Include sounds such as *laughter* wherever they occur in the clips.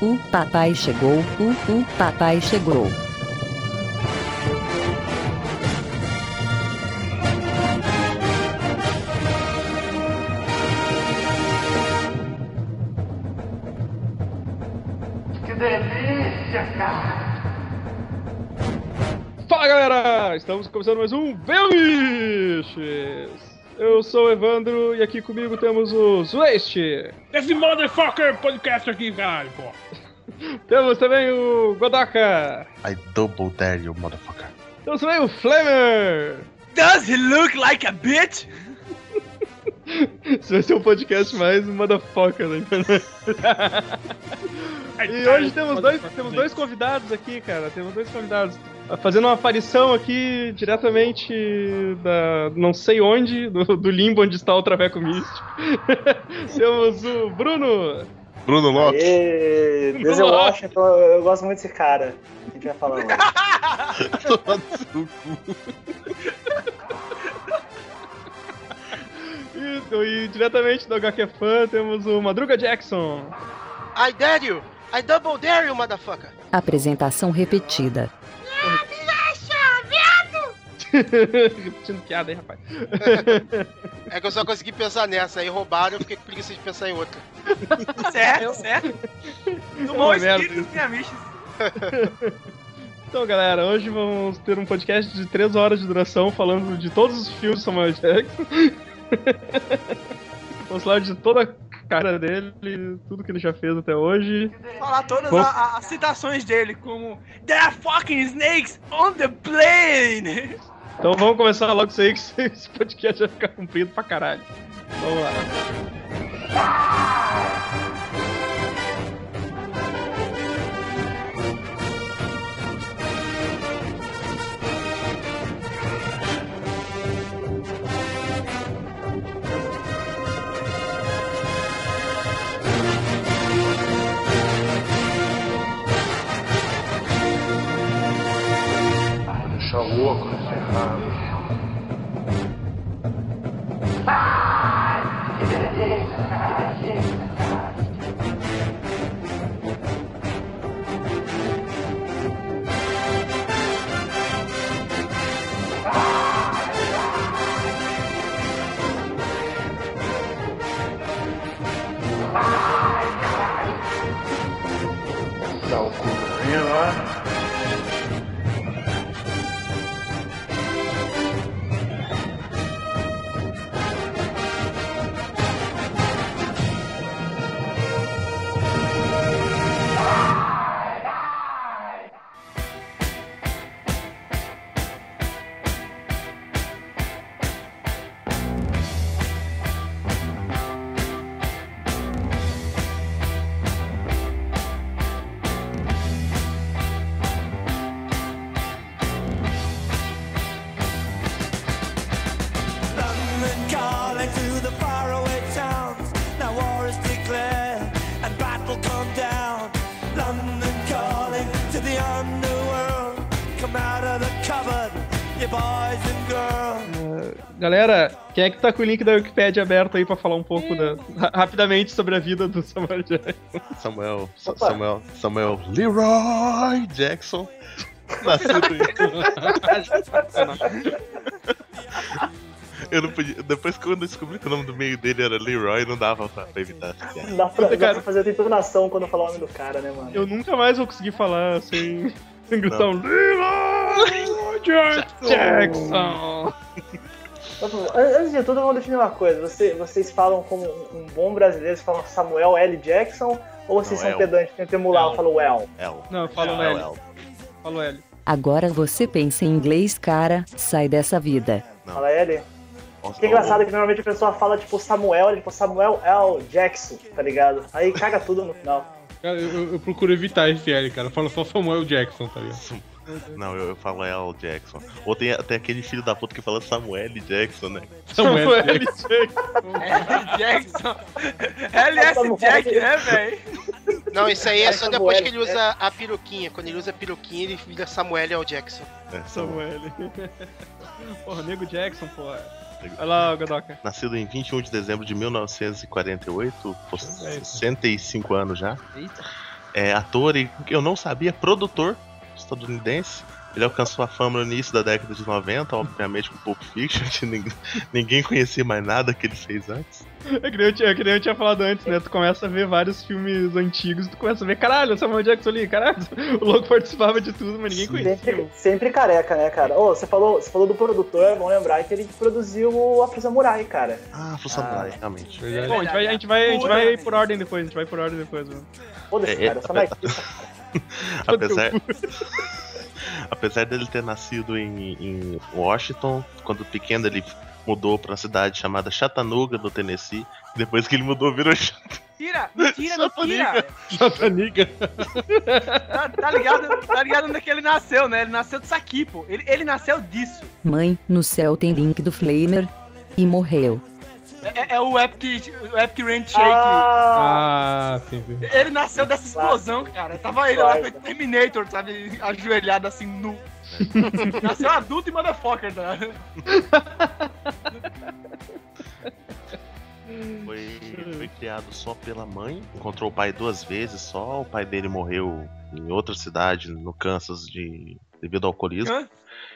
o papai chegou, o, o papai chegou. Que delícia, cara! Fala galera! Estamos começando mais um Velviches! Eu sou o Evandro e aqui comigo temos o Zwest! Esse motherfucker podcast aqui, caralho, pô. Temos também o Godaka! I double dare you, motherfucker. Temos também o Flamer! Does he look like a bitch? Esse vai ser o podcast mais motherfucker né? da internet. É E hoje temos dois, temos dois convidados aqui, cara. Temos dois convidados. Fazendo uma aparição aqui diretamente da não sei onde, do, do limbo onde está o Traveco Místico. *laughs* temos o Bruno. Bruno Lopes. *laughs* E Denzel Vamos lá. Washington, eu eu gosto muito desse cara. A gente *laughs* vai falar lá. E, e diretamente do HQ Fan temos o Madruga Jackson. I dare you! I double dare you, motherfucker! Apresentação repetida. Repetindo piada, hein, rapaz. É que eu só consegui pensar nessa, aí roubaram, eu fiquei com preguiça de pensar em outra. Certo, *laughs* certo. É Tomou uma o espírito é merda dos Miamichis. Então, galera, hoje vamos ter um podcast de 3 horas de duração falando de todos os filmes de Samuel Jackson. *laughs* vamos falar de toda a cara dele, tudo que ele já fez até hoje. Falar todas Bom. a- a- as citações dele, como There are fucking snakes on the plane! Então vamos começar logo isso aí, que esse podcast vai ficar comprido pra caralho. Vamos lá. Deixar o óculos ferrado. Dá o cu pra mim lá. London calling to the faraway towns. Now war is declared and battle come down. London calling to the underworld. Come out of the cupboard, you boys and *laughs* girls. Galera, quem é que tá com o link da Wikipedia aberto aí pra falar um pouco da- ra- rapidamente sobre a vida do Samuel Jackson? *laughs* Samuel, Sa- Samuel, Samuel Leroy Jackson. Nascido em... Eu não podia. Depois que eu descobri que o nome do meio dele era Leroy, não dava pra pra evitar é essa piada. Dá pra, dá cara. pra fazer a entonação quando eu falar o nome do cara, né, mano? Eu nunca mais vou conseguir falar *laughs* sem, sem gritar Não. um Leroy Jackson! Então, Antes de tudo, vamos definir uma coisa. Você- vocês falam como um bom brasileiro, vocês falam Samuel L. Jackson, ou vocês Não, são é o- pedantes, tentam emular, é o- eu falo well. El. Não, eu falo El, L. Falo L. Agora você pensa em inglês, cara. Sai dessa vida. Não. Fala L. El. Que é engraçado que normalmente a pessoa fala tipo Samuel, ele tipo Samuel L. Jackson, tá ligado? Aí caga tudo no final. *laughs* Cara, eu, eu procuro evitar esse L, cara. Fala só Samuel Jackson, tá *laughs* ligado? Não, eu, eu falo El Jackson. Ou tem até aquele filho da puta que fala Samuel Jackson, né? Samuel Samuel Jackson. L. Jackson. L. Jackson. LS Jack, né, velho? Não, isso aí é É só depois Samuel, que ele usa a peruquinha. Quando ele usa a peruquinha, ele vira Samuel L. Jackson. É, Samuel. Samuel. *laughs* Porra, Nego Jackson, porra. Vai lá, Godoka. Nascido em 21 de dezembro de 1948, por 65 anos já. é, ator e eu não sabia, produtor estadunidense. Ele alcançou a fama no início da década de 90, obviamente com Pulp Fiction, *laughs* que ninguém, ninguém conhecia mais nada que ele fez antes. É que, nem eu tinha, é que nem eu tinha falado antes, né? Tu começa a ver vários filmes antigos, tu começa a ver, caralho, Samuel Jackson ali, caralho, *laughs* o louco participava de tudo, mas ninguém conhecia. Sempre, sempre careca, né, cara? Ô, você falou, você falou do produtor, é bom lembrar que ele produziu o Afro Samurai, cara. Ah, Full Samurai, realmente. Bom, a gente vai, a gente vai, a gente vai por ordem depois, a gente vai por ordem depois. Mano. Foda-se, É, é, cara. Só mais... Apesar, *laughs* apesar dele ter nascido em, em Washington, quando pequeno ele mudou pra cidade chamada Chattanooga, do Tennessee. Depois que ele mudou, virou Chattanooga. Tira, mentira, mentira. Sataniga. Tá, tá ligado, tá ligado onde é que ele nasceu, né? Ele nasceu disso aqui, pô. Ele, ele nasceu disso. Mãe, no céu tem link do Flamer. E morreu. É, é o Epic, o Epic Rain Shake. Ah, Ah, sim, sim. Ele nasceu dessa explosão, cara. Tava ele lá com o Terminator, sabe? Ajoelhado assim, *laughs* nu. Nasceu adulto e motherfucker, tá? Foi, foi criado só pela mãe. Encontrou o pai duas vezes só. O pai dele morreu em outra cidade, no Kansas, de, devido ao alcoolismo. Hã?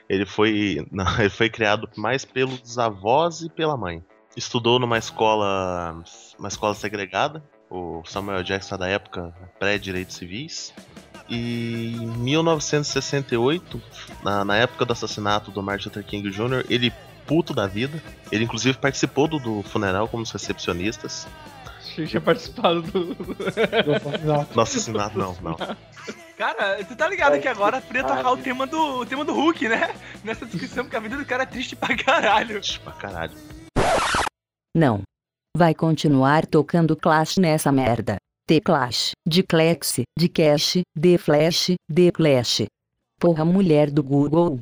Ele foi, *laughs* não, ele foi criado mais pelos avós e pela mãe. Estudou numa escola, uma escola segregada. O Samuel Jackson é da época pré-direitos civis. E em 1968, na, na época do assassinato do Martin Luther King Jr., ele puto da vida. Ele inclusive participou do, do funeral como um dos recepcionistas. Achei que tinha participado do. Do assassinato, não, não. Cara, tu tá ligado que agora podia tocar o tema do, o tema do Hulk, né? Nessa discussão, porque a vida do cara é triste pra caralho. Ixi, Pra caralho. Não. Vai continuar tocando Clash nessa merda. The Clash, de Clex, de Cash, de Flash, de Clash. Porra, mulher do Google.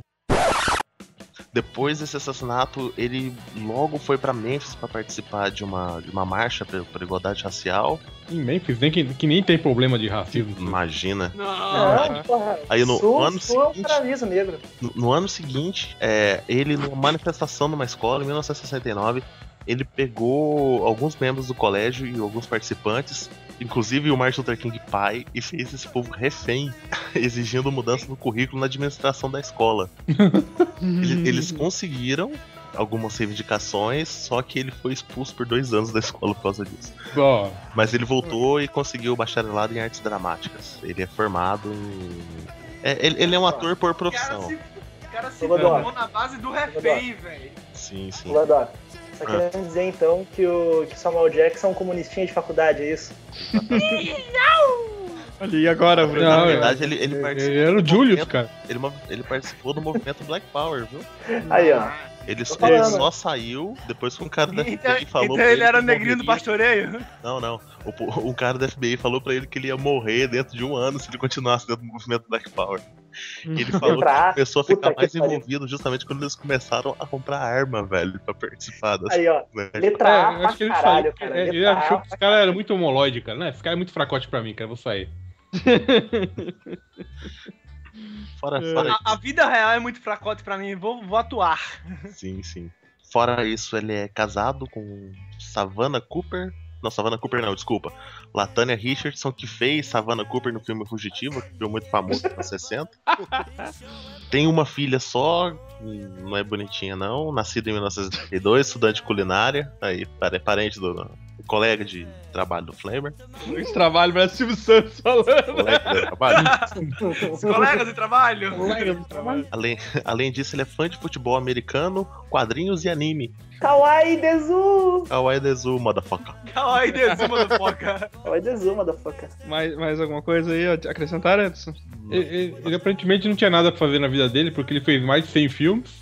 Depois desse assassinato, ele logo foi pra Memphis pra participar de uma, de uma marcha pela pela igualdade racial. Em Memphis, nem que, que nem tem problema de racismo. Imagina. Ah, Não. não, porra. Aí no Sul- ano Sul é um seguinte- paraíso negro. No, no ano seguinte, é, ele, numa manifestação numa escola, em 1969, ele pegou alguns membros do colégio e alguns participantes, inclusive o Martin Luther King pai, e fez esse povo refém, *laughs* exigindo mudança no currículo na administração da escola. Uhum. Ele- Eles conseguiram algumas reivindicações, só que ele foi expulso por dois anos da *laughs* escola por causa disso. Ó, Mas ele voltou e conseguiu o bacharelado em artes dramáticas. Ele é formado em. É, ele, ele é um ator por O cara profissão. se, o cara se Salvador. formou na base do refém, velho. Sim, Hum. sim. Vlador. Ah. Só querendo dizer então que o que o Samuel Jackson é um comunistinha de faculdade, é isso? Olha, e agora, Bruno? Não, Na é. verdade, ele, ele ele participou. era o do Julius, movimento- cara. Ele, mo- ele participou do movimento Black Power, viu? Aí, ó. Ele, Tô ele falando. só saiu depois que um cara da Então, FBI falou. então pra ele era o que negrinho do morreria- pastoreio? Não, não. O, po- *laughs* o cara da FBI falou pra ele que ele ia morrer dentro de um ano se ele continuasse dentro do movimento Black Power. E *laughs* ele falou que Pra- começou a puta ficar que mais pariu. envolvido justamente quando eles começaram a comprar arma, velho, pra participar das Aí, ó. coisas. Letra É, A eu acho que pra ele caralho, saiu. cara. É, ele Letra A achou que pra esse cara era muito homoloide, cara. Não, esse cara é muito fracote pra mim, cara. Vou sair. Fora, fora A, a vida real é muito fracote pra mim, vou, vou atuar. Sim, sim. Fora isso, ele é casado com Savannah Cooper. Não, Savannah Cooper não, desculpa. Latânia Richardson, que fez Savannah Cooper no filme Fugitivo, que foi muito famoso nos anos 60. *laughs* Tem uma filha só, não é bonitinha não, nascida em 1932, estudante de culinária, aí pare- parente do do colega de trabalho do Flamer, Esse trabalho parece Silvio Santos falando. colega de trabalho. *laughs* Colegas de trabalho? Além, além disso, ele é fã de futebol americano, quadrinhos e anime. *laughs* Kawaii Dezu! Kawaii Dezu, motherfucker. Ai, desuma do foca. Kawaii Dezu, motherfucker. Mais, mais alguma coisa aí ó, acrescentar, Edson? Ele, ele- ele aparentemente não tinha nada pra fazer na vida dele, porque ele fez mais de 100 filmes.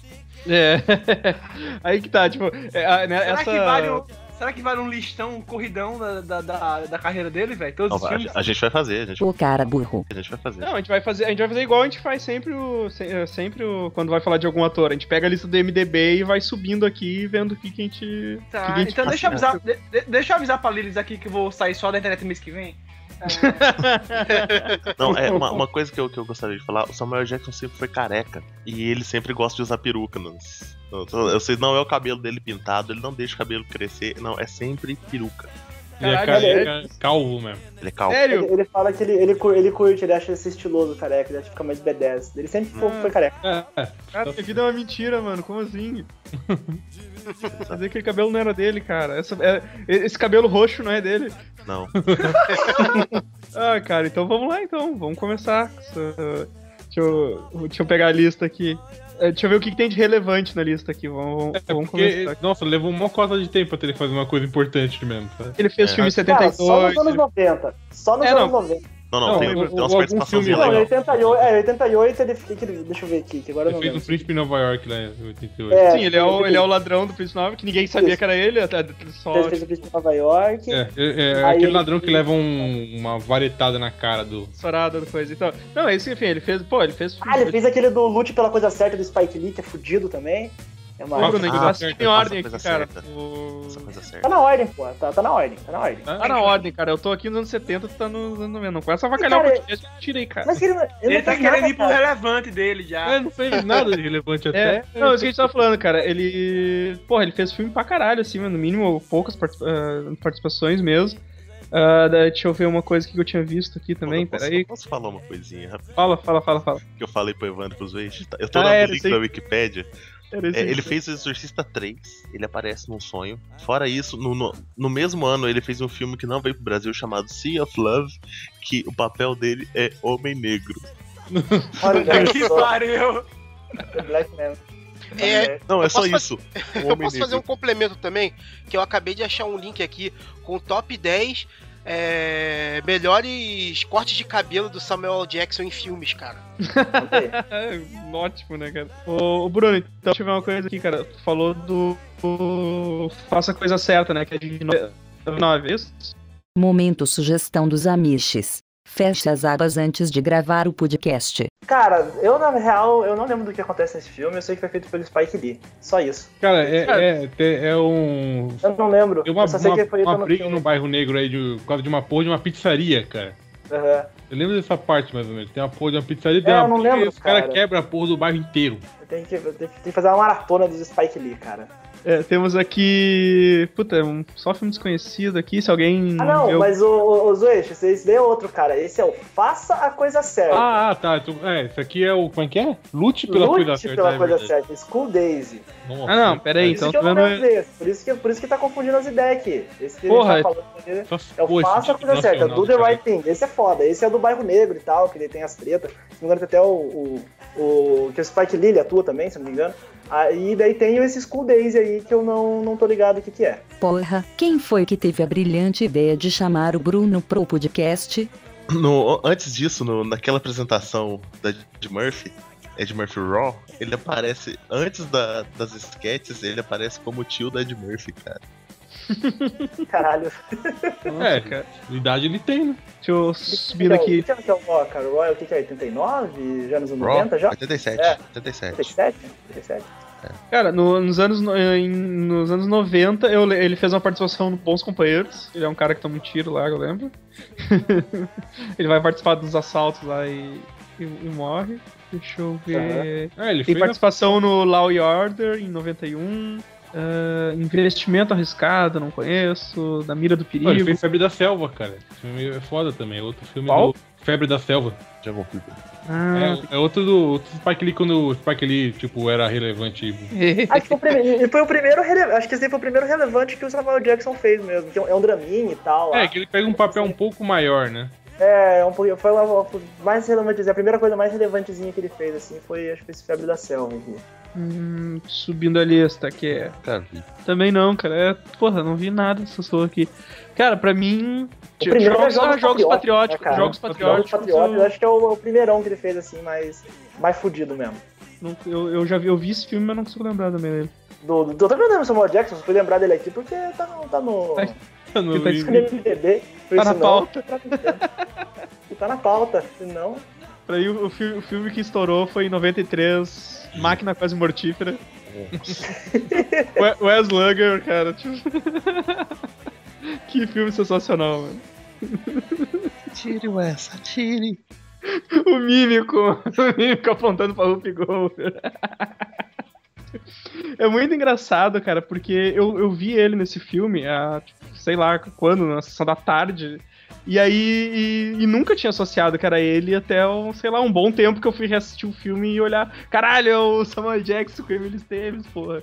É. *laughs* Aí que tá, tipo, é, a- né, Será, essa. que vale um, será que vale um listão, um corridão da, da, da, da carreira dele, velho? Todos Não, os filmes? a, a gente vai fazer, a gente, O cara burro. a gente vai fazer. Não, a gente vai fazer, a gente vai fazer igual a gente faz sempre o se- eh, sempre o- quando vai falar de algum ator, a gente pega a lista do MDB e vai subindo aqui vendo o que, que a gente né? Tá, Ninguém te então passa deixa eu avisar, de- de- deixa eu avisar pra Lilis aqui que eu vou sair só da internet mês que vem. Não, é uma, uma coisa que eu, que eu gostaria de falar, o Samuel Jackson sempre foi careca. E ele sempre gosta de usar peruca nos. nos- Eu sei, não é o cabelo dele pintado, ele não deixa o cabelo crescer, não, é sempre peruca. Ele é, Caralho, né? ca- ele sério? é ca- calvo mesmo. Ele é calmo. Sério? Ele, ele fala que ele, ele, cur- ele curte, ele acha esse estiloso careca, ele acha que fica mais badass. Ele sempre foi, foi careca. É, é. Cara, minha vida é uma mentira, mano. Como assim? Quer dizer que aquele cabelo não era dele, cara. Essa- é- esse cabelo roxo não é dele. Não. Ah, cara, então vamos lá, então. Vamos começar. com essa- Deixa eu, deixa eu pegar a lista aqui. É, Deixa eu ver o que, que tem de relevante na lista aqui. Vamos, vamos, É vamos porque, começar. nossa, levou uma cota de tempo até ele fazer uma coisa importante mesmo, sabe? Ele fez É. filme em Cara, 72. só nos anos 90. Só nos É, anos 90. Não, não, Não, tem, o- tem umas o- algum participações filme Não, em legais. 88, é, em 88 ele fica. que ele- Deixa eu ver aqui, que agora eu Ele não fez um o lembro. Príncipe em Nova York lá em 88. É. Sim, ele é, o, ele é o ladrão do Prince Nova, que ninguém sabia que era ele, até só. Ele fez o Príncipe de Nova York. É, é, é Aí aquele ele- ladrão que leva um- uma varetada na cara do. Sorada do coisa. Então, não, é isso, enfim, ele fez. Pô, ele fez. Ah, ele fez aquele do Lute pela coisa certa do Spike Lee, que é fudido também. É uma. Ô, Bruno, Ah, passa em certo, ordem passa aqui, a cara. coisa certa. O- Essa coisa Tá certa. na ordem, pô. Tá, tá na ordem, tá na ordem. Ah, Tá na ordem, cara. Eu tô aqui nos anos 70, tu tá nos anos 90. Não começa a avacalhar Cara, o podcast que eu tirei, cara. Mas que ele, não- ele Ele não tá fez querendo nada, ir pro cara. relevante dele já. É, não fez nada de relevante É, até. não, isso que a gente tava falando, cara. Ele. Porra, ele fez filme pra caralho, assim, no mínimo, poucas parti- ah, participações mesmo. Ah, da- deixa eu ver uma coisa aqui que eu tinha visto aqui também. Eu posso, Peraí. posso falar uma coisinha rápido Fala, fala, fala, fala. que eu falei pro Evandro e pros Waze? Tá, Eu tô Ah, dando o é, eu link sei. da Wikipédia. Era esse É, aí. ele fez o Exorcista 3, ele aparece num sonho. Fora isso, no, no, no mesmo ano ele fez um filme que não veio pro Brasil chamado Sea of Love, que o papel dele é Homem Negro. Olha, Puta *laughs* que cara, só- pariu. Black Man. É, Não, é só posso fa- isso. O Eu Homem posso Negro. fazer *laughs* um complemento também, que eu acabei de achar um link aqui com o top 10 é, melhores cortes de cabelo do Samuel L. Jackson em filmes, cara. *laughs* É, ótimo, né, cara? Ô, ô, Bruno, então deixa eu ver uma coisa aqui, cara. Tu falou do. do- Faça a coisa certa, né? Que é de 9 é isso? Momento sugestão dos amiches. Feche as abas antes de gravar o podcast. Cara, eu na real, eu não lembro do que acontece nesse filme, eu sei que foi feito pelo Spike Lee. Só isso. Cara, é, é, te- é um. Eu não lembro. Tem uma, eu só sei uma, que foi uma no briga filme. no bairro negro aí de, por causa de uma porra de uma pizzaria, cara. Aham. Eu lembro dessa parte mais ou menos. Tem uma porra de uma pizzaria tem É, uma eu não briga lembro, e os caras cara. quebram a porra do bairro inteiro. Eu tenho que, eu tenho que- tenho que fazer uma maratona dos Spike Lee, cara. É, temos aqui. Puta, é um só filme desconhecido aqui, se alguém. Hum, Ah, não, viu- mas o, o, o Zueixo, esse daí é outro, cara. Esse é o Faça a Coisa Certa. Ah, ah, tá. Então, é, isso aqui é o. Como é que é? Lute pela Lute coisa certa. pela é coisa verdade. É, certa. School Daisy. Nossa, Ah, não, pera aí, cara, então isso que eu tu não vendo- lembro desse. Por isso, que, por isso que tá confundindo as ideias aqui. Esse que Porra, ele tá falando aqui Só é o foi esse Faça a tipo Coisa Certa, nacional Do The do cara. Right Thing. Esse é foda. Esse é do Bairro Negro e tal, que ele tem as tretas. Se não me engano, tem até o, o, o- que o Spike Lee ele atua também, se não me engano. Aí daí tem esse School Daisy aí que eu não, não tô ligado o que que é. *laughs* Porra, quem foi que teve a brilhante ideia de chamar o Bruno pro podcast? No- antes disso, no- naquela apresentação da Ed Murphy, Ed Murphy Raw, ele aparece, antes da- das sketches, ele aparece como o tio da Ed Murphy, cara. Caralho. É, cara. Idade ele tem, né? Deixa eu subindo O aqui. que é, o que é o Raw, cara? O Raw é o que que é? 89? Já nos anos Raw, 90 já? 87, É. 87. 87? 87? Cara, no- nos, anos, no- em- nos anos 90, eu le- ele fez uma participação no Bons Companheiros. Ele é um cara que toma um tiro lá, eu lembro. *laughs* ele vai participar dos assaltos lá e, e- e morre. Deixa eu ver. É, ele Tem fez. a- participação no Law and Order em 91. ah, investimento arriscado, não conheço. Da Mira do Pô, ele Perigo. fez Febre da Selva, cara. Esse filme é foda também. é Outro filme Qual? do Febre da Selva. Já vou ver. *laughs* Ah, É, é outro do outro Spike Lee quando o Spike Lee, tipo, era relevante. tipo. Acho que foi o primeiro, e foi o primeiro rele- acho que esse aí foi o primeiro relevante que o Samuel Jackson fez mesmo, que é um, é um draminha e tal. lá. É, que ele pega um papel um pouco maior, né? É, é um pouquinho, foi uma, uma- mais relevante, a primeira coisa mais relevantezinha que ele fez, assim, foi, acho que foi esse Febre da Selva. aqui. Hum, subindo a lista aqui. é. Cara, Também não, cara. É, porra, não vi nada dessas pessoas aqui. Cara, pra mim. O primeiro jogos, é Jogos ah, jogos patrióticos. um- né, cara? jogos Jogos patrióticos. Patriota, eu eu- acho que é o, o primeirão que ele fez, assim, mais, mais fudido mesmo. não- eu, eu já vi, eu vi esse filme, mas não consigo lembrar também *laughs* dele. Do, do, eu também lembro do Samuel Jackson, só fui lembrar dele aqui porque tá no. Tá no Tá No- tá e- no IMDb, por Tá na isso não, pauta. E tá na pauta, senão. Pra mim, o, o fi- o filme que estourou foi em 93, Máquina Quase Mortífera. We- É. *laughs* Wes Luger, cara. tipo- *laughs* que filme sensacional, mano. Tire o essa, tire. *laughs* O mímico, o mímico apontando pra Whoopi Goldberg. É muito engraçado, cara, porque eu, eu vi ele nesse filme há tipo, sei lá quando, na sessão da tarde. E aí, e, e nunca tinha associado que era ele até, um, sei lá, um bom tempo que eu fui reassistir o filme e olhar, caralho, é o Samuel Jackson com o Emily Stevens, porra.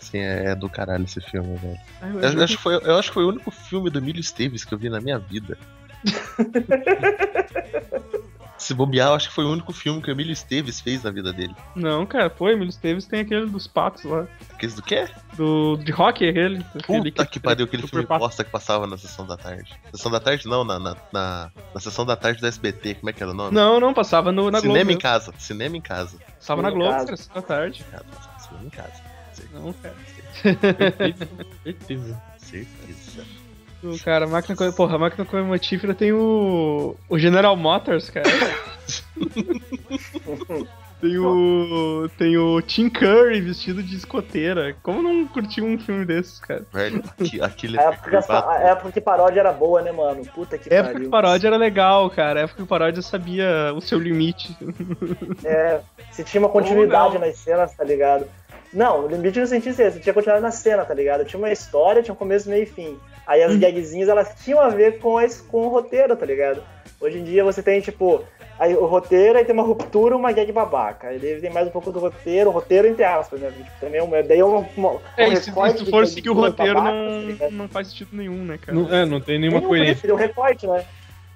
Sim, é do caralho esse filme, velho. Ai, Eu, mas- eu acho que foi, eu acho que foi o único filme do Emílio Esteves que eu vi na minha *laughs* vida. Se bobear, eu acho que foi o único filme que o Emílio Esteves fez na vida dele. Não, cara, pô, Emily Stevens tem aquele dos patos lá. Aqueles do quê? Do, de rock, ele. aquele Puta que pariu, aquele super filme bosta que passava na sessão da tarde. Sessão da tarde não, na, na, na, na sessão da tarde do SBT, como é que era o nome? Não, não, passava no, na Cinema em Globo. casa, cinema em casa. mesmo. Passava na No Globo, caso. cara, sessão da tarde. Cara, Cinema em casa. Certeza. Não, cara. Certeza. certeza. O cara, a máquina, co- porra, a máquina comemotífera tem o. O General Motors, *laughs* cara. tem o. Tem o Tim Curry vestido de escoteira. Como não curtir um filme desses, cara? Velho, aqui, aquele é A época, que as pa- a época que é paródia era boa, né, mano? Puta que época pariu. que É paródia era legal, cara. época que paródia sabia o seu limite. É, se tinha uma Ou continuidade não. nas cenas, tá ligado? Não, o limite no sentido desse, tinha continuidade na cena, tá ligado? Tinha uma história, tinha um começo, meio e fim. Aí Hum. as gagzinhas, elas tinham a ver com, as, com o roteiro, tá ligado? Hoje em dia você tem, tipo, aí o roteiro, aí tem uma ruptura, uma gag babaca. Aí daí tem mais um pouco do roteiro, o roteiro entre aspas, né? Tipo, também é uma, daí é uma, uma, É, um e se, e recorte se de for gag seguir o babaca, roteiro, tá não, ligado? não faz sentido nenhum, né, cara? Não, é, não tem Tem um nenhuma coerência. recorte, é um recorte, né?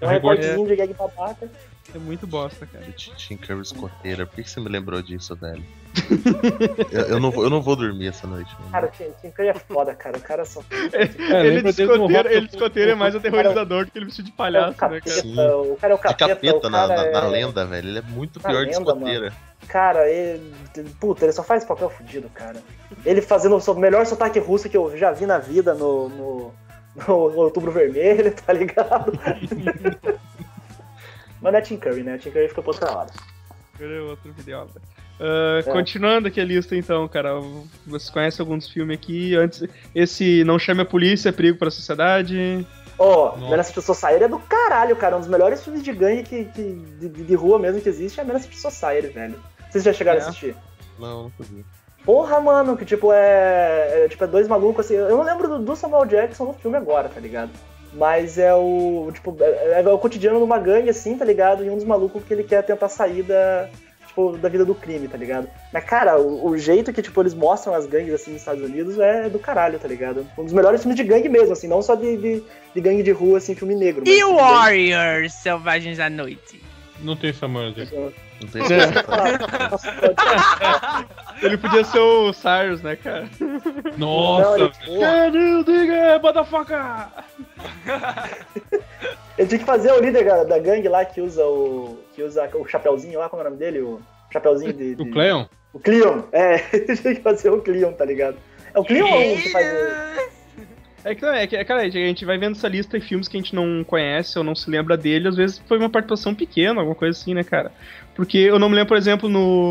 É É um um recorte. recortezinho de gag babaca. É muito bosta, cara. Tim Curry escoteira, por que que você me lembrou disso, velho? *laughs* eu, eu não vou, eu não vou dormir essa noite. mano. Cara, o Tim Tim Curry é foda, cara. O cara só É, ele lembra de dele no escoteiro, Rock ele de escoteiro é mais aterrorizador do que ele vestido de é o palhaço, né, cara? capeta, Sim. o cara é o É capeta, o capeta na, cara na- é... na lenda, velho. Ele é muito Na pior de lenda, escoteira. Cara, ele, puta, ele só faz papel fudido, cara. Ele fazendo o so- melhor sotaque russo que eu já vi na vida no, no, no Outubro Vermelho, tá *laughs* ligado? Mas não é Tim Curry, né? O Tim Curry fica pra outra hora. Era é outro videoaula. Ah, É. Continuando aqui a lista, então, cara. Vocês conhecem alguns filmes aqui? Antes, esse Não Chame a Polícia, Perigo para a Sociedade. Ó, Nossa. oh, Menace to Society é do caralho, cara. Um dos melhores filmes de gangue que, que- de, de rua mesmo que existe é Menace to Society, velho. Vocês já chegaram É. a assistir? Não, não vi. Porra, mano, que tipo é. é, tipo, é dois malucos assim. Eu não lembro do, do Samuel Jackson no filme agora, tá ligado? Mas é o. Tipo, é, é o cotidiano de uma gangue, assim, tá ligado? E um dos malucos que ele quer tentar sair da. Tipo, da vida do crime, tá ligado? Mas, cara, o, o jeito que, tipo, eles mostram as gangues, assim, nos Estados Unidos é do caralho, tá ligado? Um dos melhores filmes de gangue mesmo, assim, não só de, de, de gangue de rua, assim, filme negro. mas E de o gangue. Warriors Selvagens à Noite? Não tem né? Samuel Jackson. Então, *laughs* Não tem É. certeza. *laughs* Ele podia ser o Cyrus, né, cara? Nossa, ele- velho. Can you dig it, motherfucker? Ele tinha que fazer o líder da, da gangue lá que usa o. que usa o chapeuzinho lá, como é o nome dele? O chapeuzinho de. de- *laughs* o Cleon? O Cleon, é, *laughs* tinha que fazer o Cleon, tá ligado? É o Cleon ou o que faz o... É que, é que, cara, a gente vai vendo essa lista e filmes que a gente não conhece ou não se lembra dele, às vezes foi uma participação pequena, alguma coisa assim, né, cara? Porque eu não me lembro, por exemplo,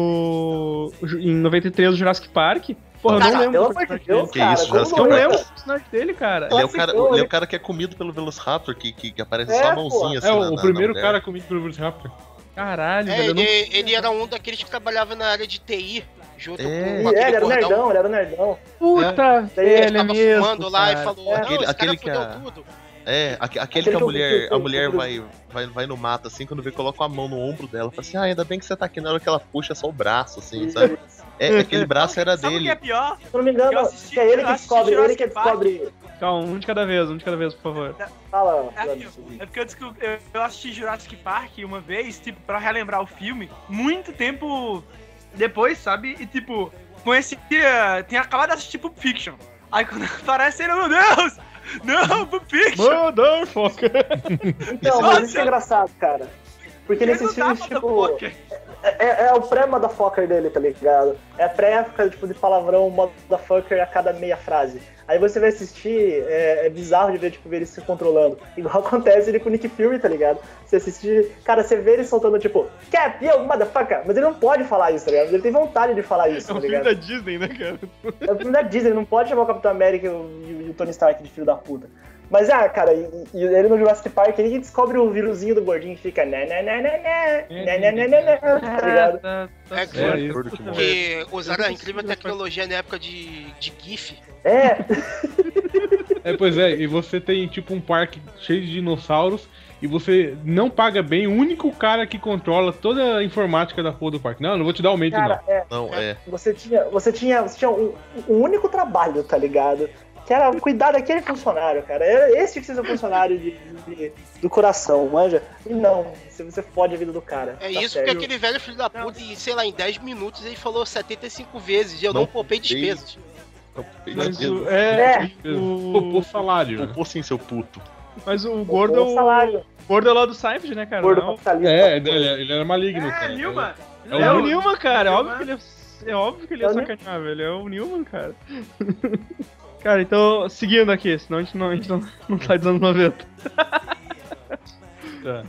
no. Em 93, o Jurassic Park. Porra, eu não Cara, lembro. pelo do amor de personagem Deus, um Que cara, isso, como Jurassic Eu não não Park. é? lembro do personagem dele, cara. Ele é, o cara, Classificou, ele é né? o cara que é comido pelo Velociraptor, que, que, que aparece É, só a pô. mãozinha assim. É, na- o, na- primeiro na mulher. cara comido pelo Bruce Raptor. Caralho, É, velho. eu ele, não- ele era um daqueles que trabalhava na área de TI, junto É. com E aquele é, ele era o gordão nerdão, ele era o nerdão. Puta! Daí ele que ele é tava mesmo, fumando lá cara. e falou, não, Aquele- esse aquele cara que fudeu a- tudo. É, aque- aquele, Aquele que que a eu- mulher, que eu- a mulher que eu- vai, vai, vai no mato, assim, quando vê, coloca a mão no ombro dela. Fala assim, ah, ainda bem que você tá aqui. Na hora que ela puxa, é só o braço, assim, sabe? É, aquele braço era Sabe o que dele. é pior? Se eu não me engano, Eu assisti- que é ele eu que assisti descobre, ele Jurassic que descobre... Calma, um de cada vez, um de cada vez, por favor. Fala, É, Flávio. É porque eu, descobri- eu- eu assisti Jurassic Park uma vez, tipo, pra relembrar o filme, muito tempo depois, sabe? E tipo, conheci. eh, Tinha acabado de assistir Pulp Fiction. Aí quando *laughs* aparece ele, meu Deus! Não, Pulp Fiction! Motherfucker! Então, mas isso Nossa. é engraçado, cara. Porque Ele nesses não dá filmes, pra tipo, Motherfucker. é, é o pré-motherfucker dele, tá ligado? É pré-época, tipo, de palavrão motherfucker a cada meia frase. Aí você vai assistir, é, é bizarro de ver, tipo, ver ele se controlando. Igual acontece ele com o Nick Fury, tá ligado? Você assiste, cara, você vê ele soltando, tipo, cap, yo, motherfucker! Mas ele não pode falar isso, tá ligado? Mas ele tem vontade de falar isso, É tá um filme ligado? da Disney, né, cara? É o filme da Disney, ele não pode chamar o Capitão América e o, e o Tony Stark de filho da puta. Mas, ah, cara, e, e ele no Jurassic Park, ele que descobre o vírusinho do gordinho e fica né, né, né, né, né, né, né, né, né, né, tá ligado? É, É, que- isso. Gordo que morre. que usaram Eu a não incrível consigo, tecnologia na época de, de GIF. É, É, pois é, e você tem tipo um parque cheio de dinossauros e você não paga bem o único cara que controla toda a informática da porra do parque. Não, não vou te dar aumento, Cara, é, Não, é. você tinha, você tinha, você tinha um, um único trabalho, tá ligado? Que era cuidar daquele funcionário, cara. Era- Esse tinha que ser o funcionário de- de- do coração, manja. E não, se você fode a vida do cara. É tá isso certo. porque aquele velho filho da puta, em, sei lá, em 10 minutos ele falou 75 vezes e eu não, Não poupei poupei. despesas. Mas o, É, é, não. o- Poupou salário. né? Pô, sim, seu puto. mas o gordo é o o, um salário. gordo é lá do Seinfeld, né, cara? Gordo Não, capitalista. É, ele, ele era maligno, É, cara. Nilma. É o É o Nil- Newman, cara. É Newman. óbvio que ele é, é óbvio que ele É é o Newman. sacaneável. Ele é o Newman, cara. *laughs* cara, então, seguindo aqui, senão a gente não, a gente não, não sai dos anos 90. Tá.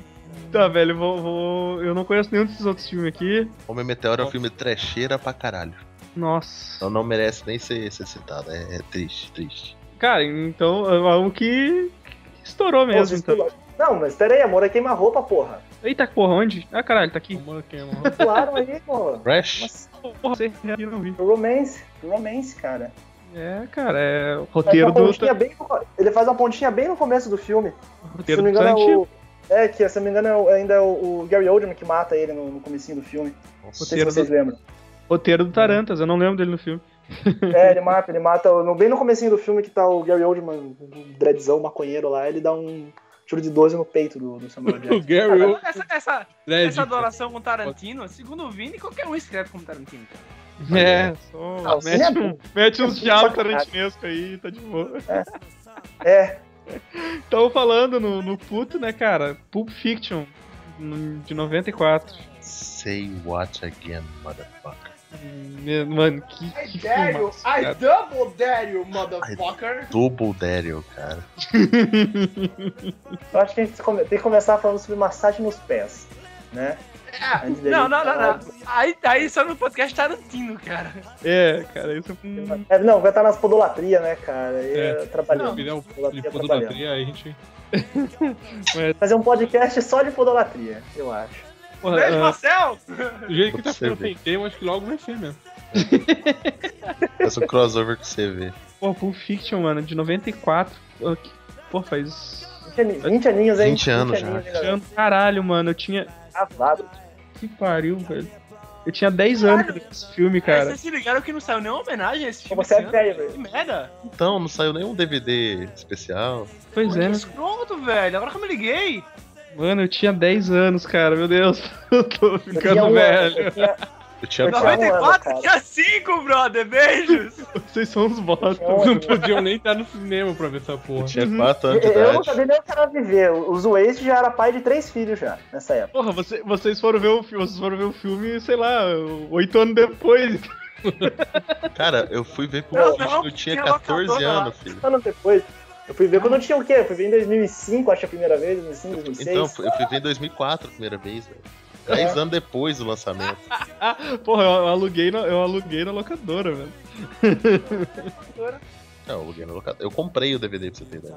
Tá, velho, eu vou, vou- eu não conheço nenhum desses outros filmes aqui. Homem Meteoro é um filme trecheira pra caralho. Nossa. Então não merece nem ser, ser citado. É, é triste, triste. Cara, então, é um que que estourou Pô, mesmo, vocês então. pularam. Não, mas peraí, amor, é queima-roupa, porra. Eita, porra, onde? Ah, caralho, tá aqui. *laughs* Claro aí, porra. Crash? Nossa, Porra, você eu não vi. romance, romance, cara. É, cara, é o Faz roteiro uma do, pontinha bem no- ele faz uma pontinha bem no começo do filme. roteiro se não do me engano, é Tarantino. o. É, que se não me engano é o- ainda é o, o Gary Oldman que mata ele no, no comecinho do filme. Não sei se Roteiro vocês lembram. Roteiro do Tarantas, eu não lembro dele no filme. É, ele mata, ele mata. o- no- Bem no comecinho do filme que tá o Gary Oldman, um dreadzão maconheiro lá, ele dá um tiro de 12 no peito do, do Samuel O Jackson. *laughs* Gary Cara, Oldman É, essa, É essa, Dredd, essa adoração com Tarantino, segundo o Vini, qualquer um escreve como Tarantino. cara. É, só Ah, o mete, cinema é um- mete uns diálogos pra caralho. tarantinescos aí, tá de boa. É, Tava falando no, no puto, né, cara? Pulp Fiction, no- de 94. Say what again, motherfucker. Meu, Mano, que, que filmaço, cara. double dare you, motherfucker! Double Daryl, cara. eu acho que a gente come- tem que começar falando sobre massagem nos pés, né? Antes da É, Não, gente não, não, falar- não. Aí, aí só no podcast Tarantino, cara. É, cara, isso é um... É, não, vai estar nas podolatria, né, cara? E É. atrapalhando. virar o de Podolatria atrapalhando. podolatria, aí a gente. Fazer um podcast só de podolatria, eu acho. Porra, Beijo, ah, Marcel! Do jeito que tá Você ficando vê. sem tema, acho que logo vai ser mesmo. Faz um crossover com você vê. porra, Pulp Fiction, mano, de 94. Ah, que- Pô, faz... 20 aninhos, 20 aninhos hein? 20 anos já. hein, galera? anos. Caralho, mano, eu tinha... Cavado. Que pariu, velho. Eu tinha 10 anos Caralho. nesse filme, Cara. cara. Vocês se ligaram que não saiu nenhuma homenagem a esse filme? Você é esse ano? velho, velho. Que merda! Então, não saiu nenhum DVD especial. Pois é, Que né? escroto, velho. Agora que eu me liguei. Mano, eu tinha 10 anos, cara. Meu Deus, *laughs* eu tô Eu tinha ficando um ano, velho. eu tinha- Eu tinha Não, quatro. 94 cara. tinha 5, brother. Beijos. Vocês são uns bosta. Eu tinha um Não podiam nem estar no cinema pra ver essa Eu porra. tinha quatro anos de eu- Eu não idade. sabia nem o que era viver. O Zueis já era pai de três filhos já, nessa época. Porra, você- vocês, foram ver o, fi- vocês foram ver o filme, sei lá, oito anos depois. Cara, eu fui ver com Não, o não, eu tinha tinha 14 locadora lá. anos, filho. Anos depois, eu fui ver quando eu tinha o quê? Eu fui ver em 2005, acho que a primeira vez, 2005, Então, 2006. eu fui ver em 2004 a primeira vez, velho. Dez anos depois do lançamento. Ah, porra, eu aluguei na, eu aluguei na locadora, velho. Não, É, eu aluguei no locador. Eu comprei o DVD pra você ter ideia.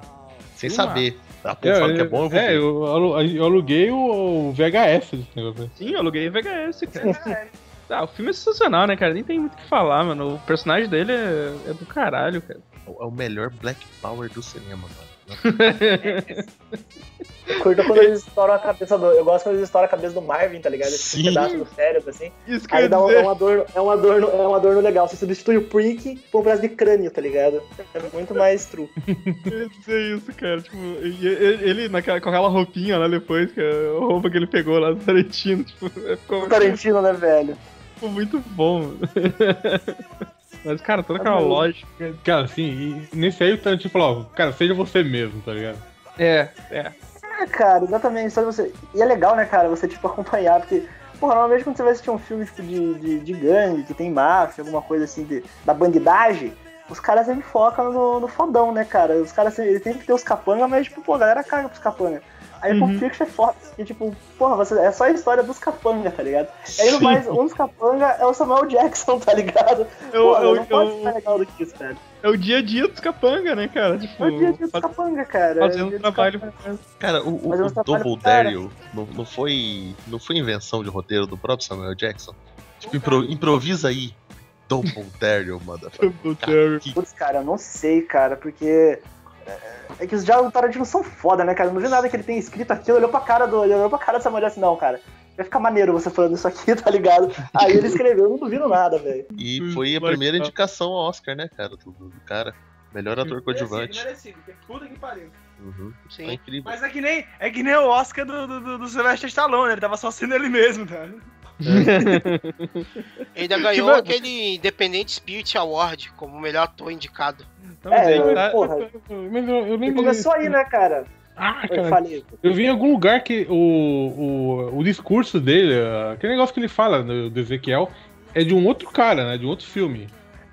Sem Filmaço. saber. A Pum fala que é bom, eu vou é, ver. eu, alu- eu aluguei o o VHS desse negócio. Sim, eu aluguei em VHS, *laughs* cara. Ah, o filme é sensacional, né, cara? Nem tem muito o que falar, mano. O personagem dele é, é do caralho, cara. É o melhor Black Power do cinema, mano. Eu curto quando eles estouram a cabeça do. Eu gosto quando eles estouram a cabeça do Marvin, tá ligado? Esse Sim. pedaço do cérebro, assim. Isso que eu Aí ia dá um, é, dizer. um adorno, é, um adorno, é um adorno legal. Você substitui o prick por um pedaço de crânio, tá ligado? É muito mais true. Eu ia dizer isso, cara. Tipo, e- e- ele, naquela, com aquela roupinha lá depois, que é a roupa que ele pegou lá do Tarantino, tipo, ficou, Tarantino, né, velho? ficou muito bom. mano. *laughs* Mas, cara, toda aquela Tá maluco. lógica. Cara, assim, e nesse aí o Tarantino falou, ó, cara, seja você mesmo, tá ligado? É, é. É, cara, exatamente. Só de você... E é legal, né, cara, você, tipo, *laughs* acompanhar, porque... Porra, normalmente quando você vai assistir um filme, tipo, de, de, de gangue, que tem máfia, alguma coisa assim, de- da bandidagem, os caras sempre focam no, no fodão, né, cara? Os caras sempre, eles sempre tem os capanga, mas, tipo, pô, a galera caga pros capanga. Aí o Uhum. Pulp Fiction é foda, que, tipo, porra, você, é só a história dos capanga, tá ligado? E aí, no Sim. mais, um dos capanga é o Samuel Jackson, *laughs* tá ligado? É o- Porra, é o- não pode é o- ficar legal do que isso, cara. É o dia a dia dos capanga, né, cara? Tipo, É o dia a dia dos fa- capanga, cara. É o fazendo um dia dos trabalho. capanga. Cara, o, o, Mas eu o trabalho Double pro cara. Daryl não, não foi. não foi invenção de roteiro do próprio Samuel Jackson. Tipo, impro- improvisa aí. Double Daryl, motherfucker. Double Daryl. Que- Putz, cara, eu não sei, cara, porque É que os diálogos do Tarantino são foda, né, cara? Não vi nada que ele tenha escrito aquilo, olhou pra cara do. Ele olhou pra cara dessa mulher assim, não, cara. Vai ficar maneiro você falando isso aqui, *laughs* tá ligado? Aí ele escreveu, eu não duvido nada, velho. E foi a claro que primeira tá. indicação ao Oscar, né, cara? Do, do cara. Melhor ator coadjuvante. merecido, que puta que pariu. Uhum. Tá Sim. incrível. Mas é que nem, é que nem o Oscar do, do, do, do Sylvester Stallone, né? ele tava só sendo ele mesmo, tá? Ele *laughs* ainda ganhou aquele Independent Spirit Award como o melhor ator indicado. Então, É, gente, eu- tá- porra. Mas eu, eu E lembro. começou aí, né, cara? Ah, Eu cara, falei. Eu vi em algum lugar que o, o, o discurso dele, ah, aquele negócio que ele fala do, do Ezequiel, é de um outro cara, né? De um outro filme.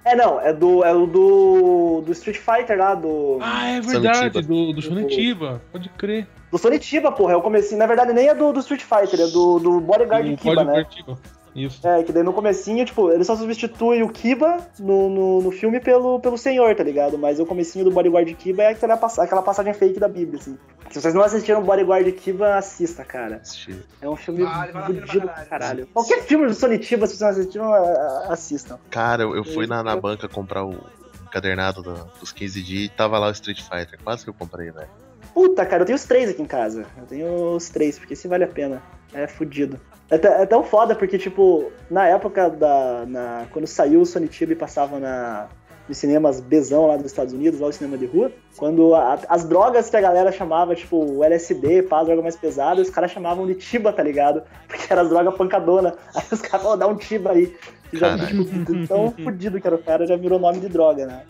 É, não, é do. É o do. do Street Fighter lá, do. Ah, é verdade, verdade, do, do Shunetiba. Pode crer. Do Sonitiba, porra. Eu comecei. Na verdade, nem é do, do Street Fighter, é do, do Bodyguard Não Kiba, pode né? Curitiba. Isso. É, que daí no comecinho, tipo, ele só substitui o Kiba no, no, no filme pelo, pelo senhor, tá ligado? Mas o comecinho do Bodyguard Kiba é aquela, passa- aquela passagem fake da Bíblia, assim. Se vocês não assistiram Bodyguard Kiba, assista, cara. Assisti. É um filme Ah, Vale, vale a pena fudido pra pra caralho. caralho. Qualquer filme do Sonitiba, se vocês não assistiram, a- a- assistam. Cara, eu, eu fui na, na banca comprar o encadernado da- dos 15 dias e tava lá o Street Fighter. Quase que eu comprei, né? velho. Puta, cara, eu tenho os três aqui em casa. Eu tenho os três, porque se vale a pena. É fudido. É, t- é tão foda porque, tipo, na época da. na- quando saiu o Sony Tube e passava na, nos cinemas Bezão lá dos Estados Unidos, lá o cinema de rua, quando a- as drogas que a galera chamava, tipo, o LSD, pá, droga mais pesada, os caras chamavam de Tiba, tá ligado? *laughs* Porque era as drogas pancadona. Aí os caras falavam, dá um Tiba aí. E Já, Caralho. de *laughs* tão fudido que era o cara, já virou nome de droga, né?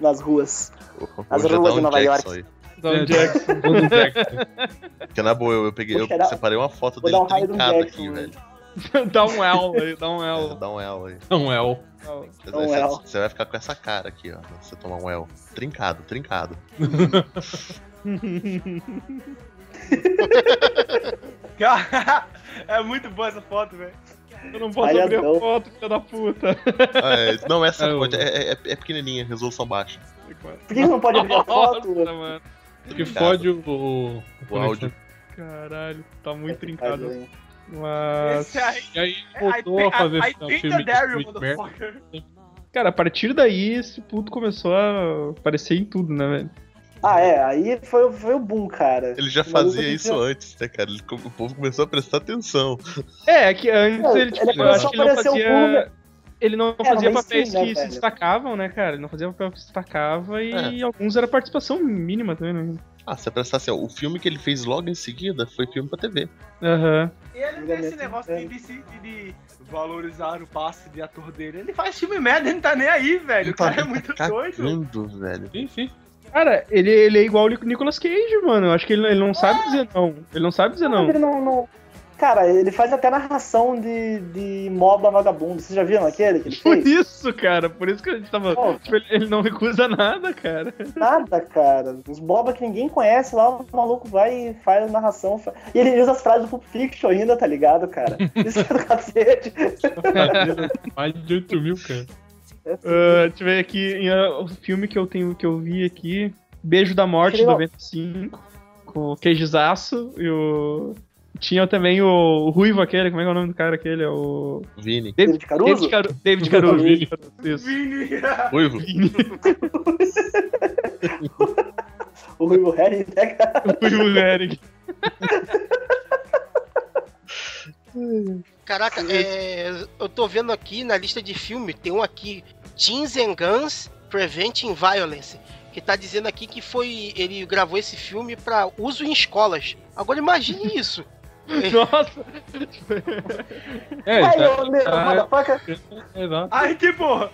Nas ruas. As Hoje é ruas Down de Nova Jackson York. aí. Down Jackson. *laughs* Dono Jackson. Porque na boa, eu, eu peguei, eu Vou cheirar- separei uma foto Vou dele dar um raio do trincado aqui, Jackson, velho. dá um L aí, dá um É, L. Dá um L aí. *laughs* Não é o. Você Dá um vai- L. Você vai ficar com essa cara aqui, ó. quando Você tomar um L. Trincado, trincado. Cara, *laughs* é muito boa essa foto, velho. Eu não posso abrir Palhadão. a foto, filha da puta. Ah, é, não, essa É, eu- foto é, é, é pequenininha, resolução baixa. Por que que não pode abrir *laughs* a foto? Nossa, mano. Que Trincado. fode o. o- O áudio. Caralho, tá muito Caralho, trincado. hein? Mas. Esse é aí. E aí ele I, voltou a É, fazer I, I esse think filme the de Daryl, Street Bear. motherfucker. Cara, a partir daí, esse puto começou a aparecer em tudo, né, velho? Ah, é, aí foi, foi o boom, cara. Ele já O maluco fazia que isso tinha- antes, né, cara? Ele co- o povo começou a prestar atenção. É, que antes Não, ele, tipo, ele eu acho começou que a ele aparecer não um fazia. Ele não no fazia mainstream, papéis né, que se velho? destacavam, né, cara? Ele não fazia papel que se destacava e alguns era participação mínima também, né? Ah, se você prestar atenção, o filme que ele fez logo em seguida foi filme pra TV. Aham. E ele tem esse negócio de, de, se- de- de valorizar o passe de ator dele. Ele faz filme merda, ele não tá nem aí, velho. O cara é muito doido. Cagando, velho. Sim, sim. Cara, ele, ele é igual o Nicolas Cage, mano. Eu acho que ele, ele não sabe dizer não. Ele não sabe dizer não. Ele É. não, não- Cara, ele faz até narração de, de MOBA vagabundo. Vocês já viram aquele que ele Por fez? isso, cara. Por isso que a gente tava. Pô, Tipo, ele, ele não recusa nada, cara. nada, cara. Os MOBA que ninguém conhece lá, o maluco vai e faz a narração. fa- E ele usa as frases do Pulp Fiction ainda, tá ligado, cara? Isso é do cacete. Mais de 8 mil, cara. Ah, deixa eu ver aqui em, ah, o filme que eu tenho que eu vi aqui. Beijo da Morte de Queria- 95. Com o Queijizaço e o. Tinha também o, o Ruivo aquele, como é que é o nome do cara aquele? É o. Vini. David Caruso? David, Caru... David Caruso. Vini. Isso. Ruivo. O Ruivo Harry, né, cara? O Ruivo Eric. *laughs* Caraca, é, eu tô vendo aqui na lista de filme, tem um aqui, Teens and Guns Preventing Violence, que tá dizendo aqui que foi ele gravou esse filme pra uso em escolas. *laughs* Agora imagine isso. Nossa! É, Ai, tá, ô, meu, tá- motherfucker. exato. Aí, tipo,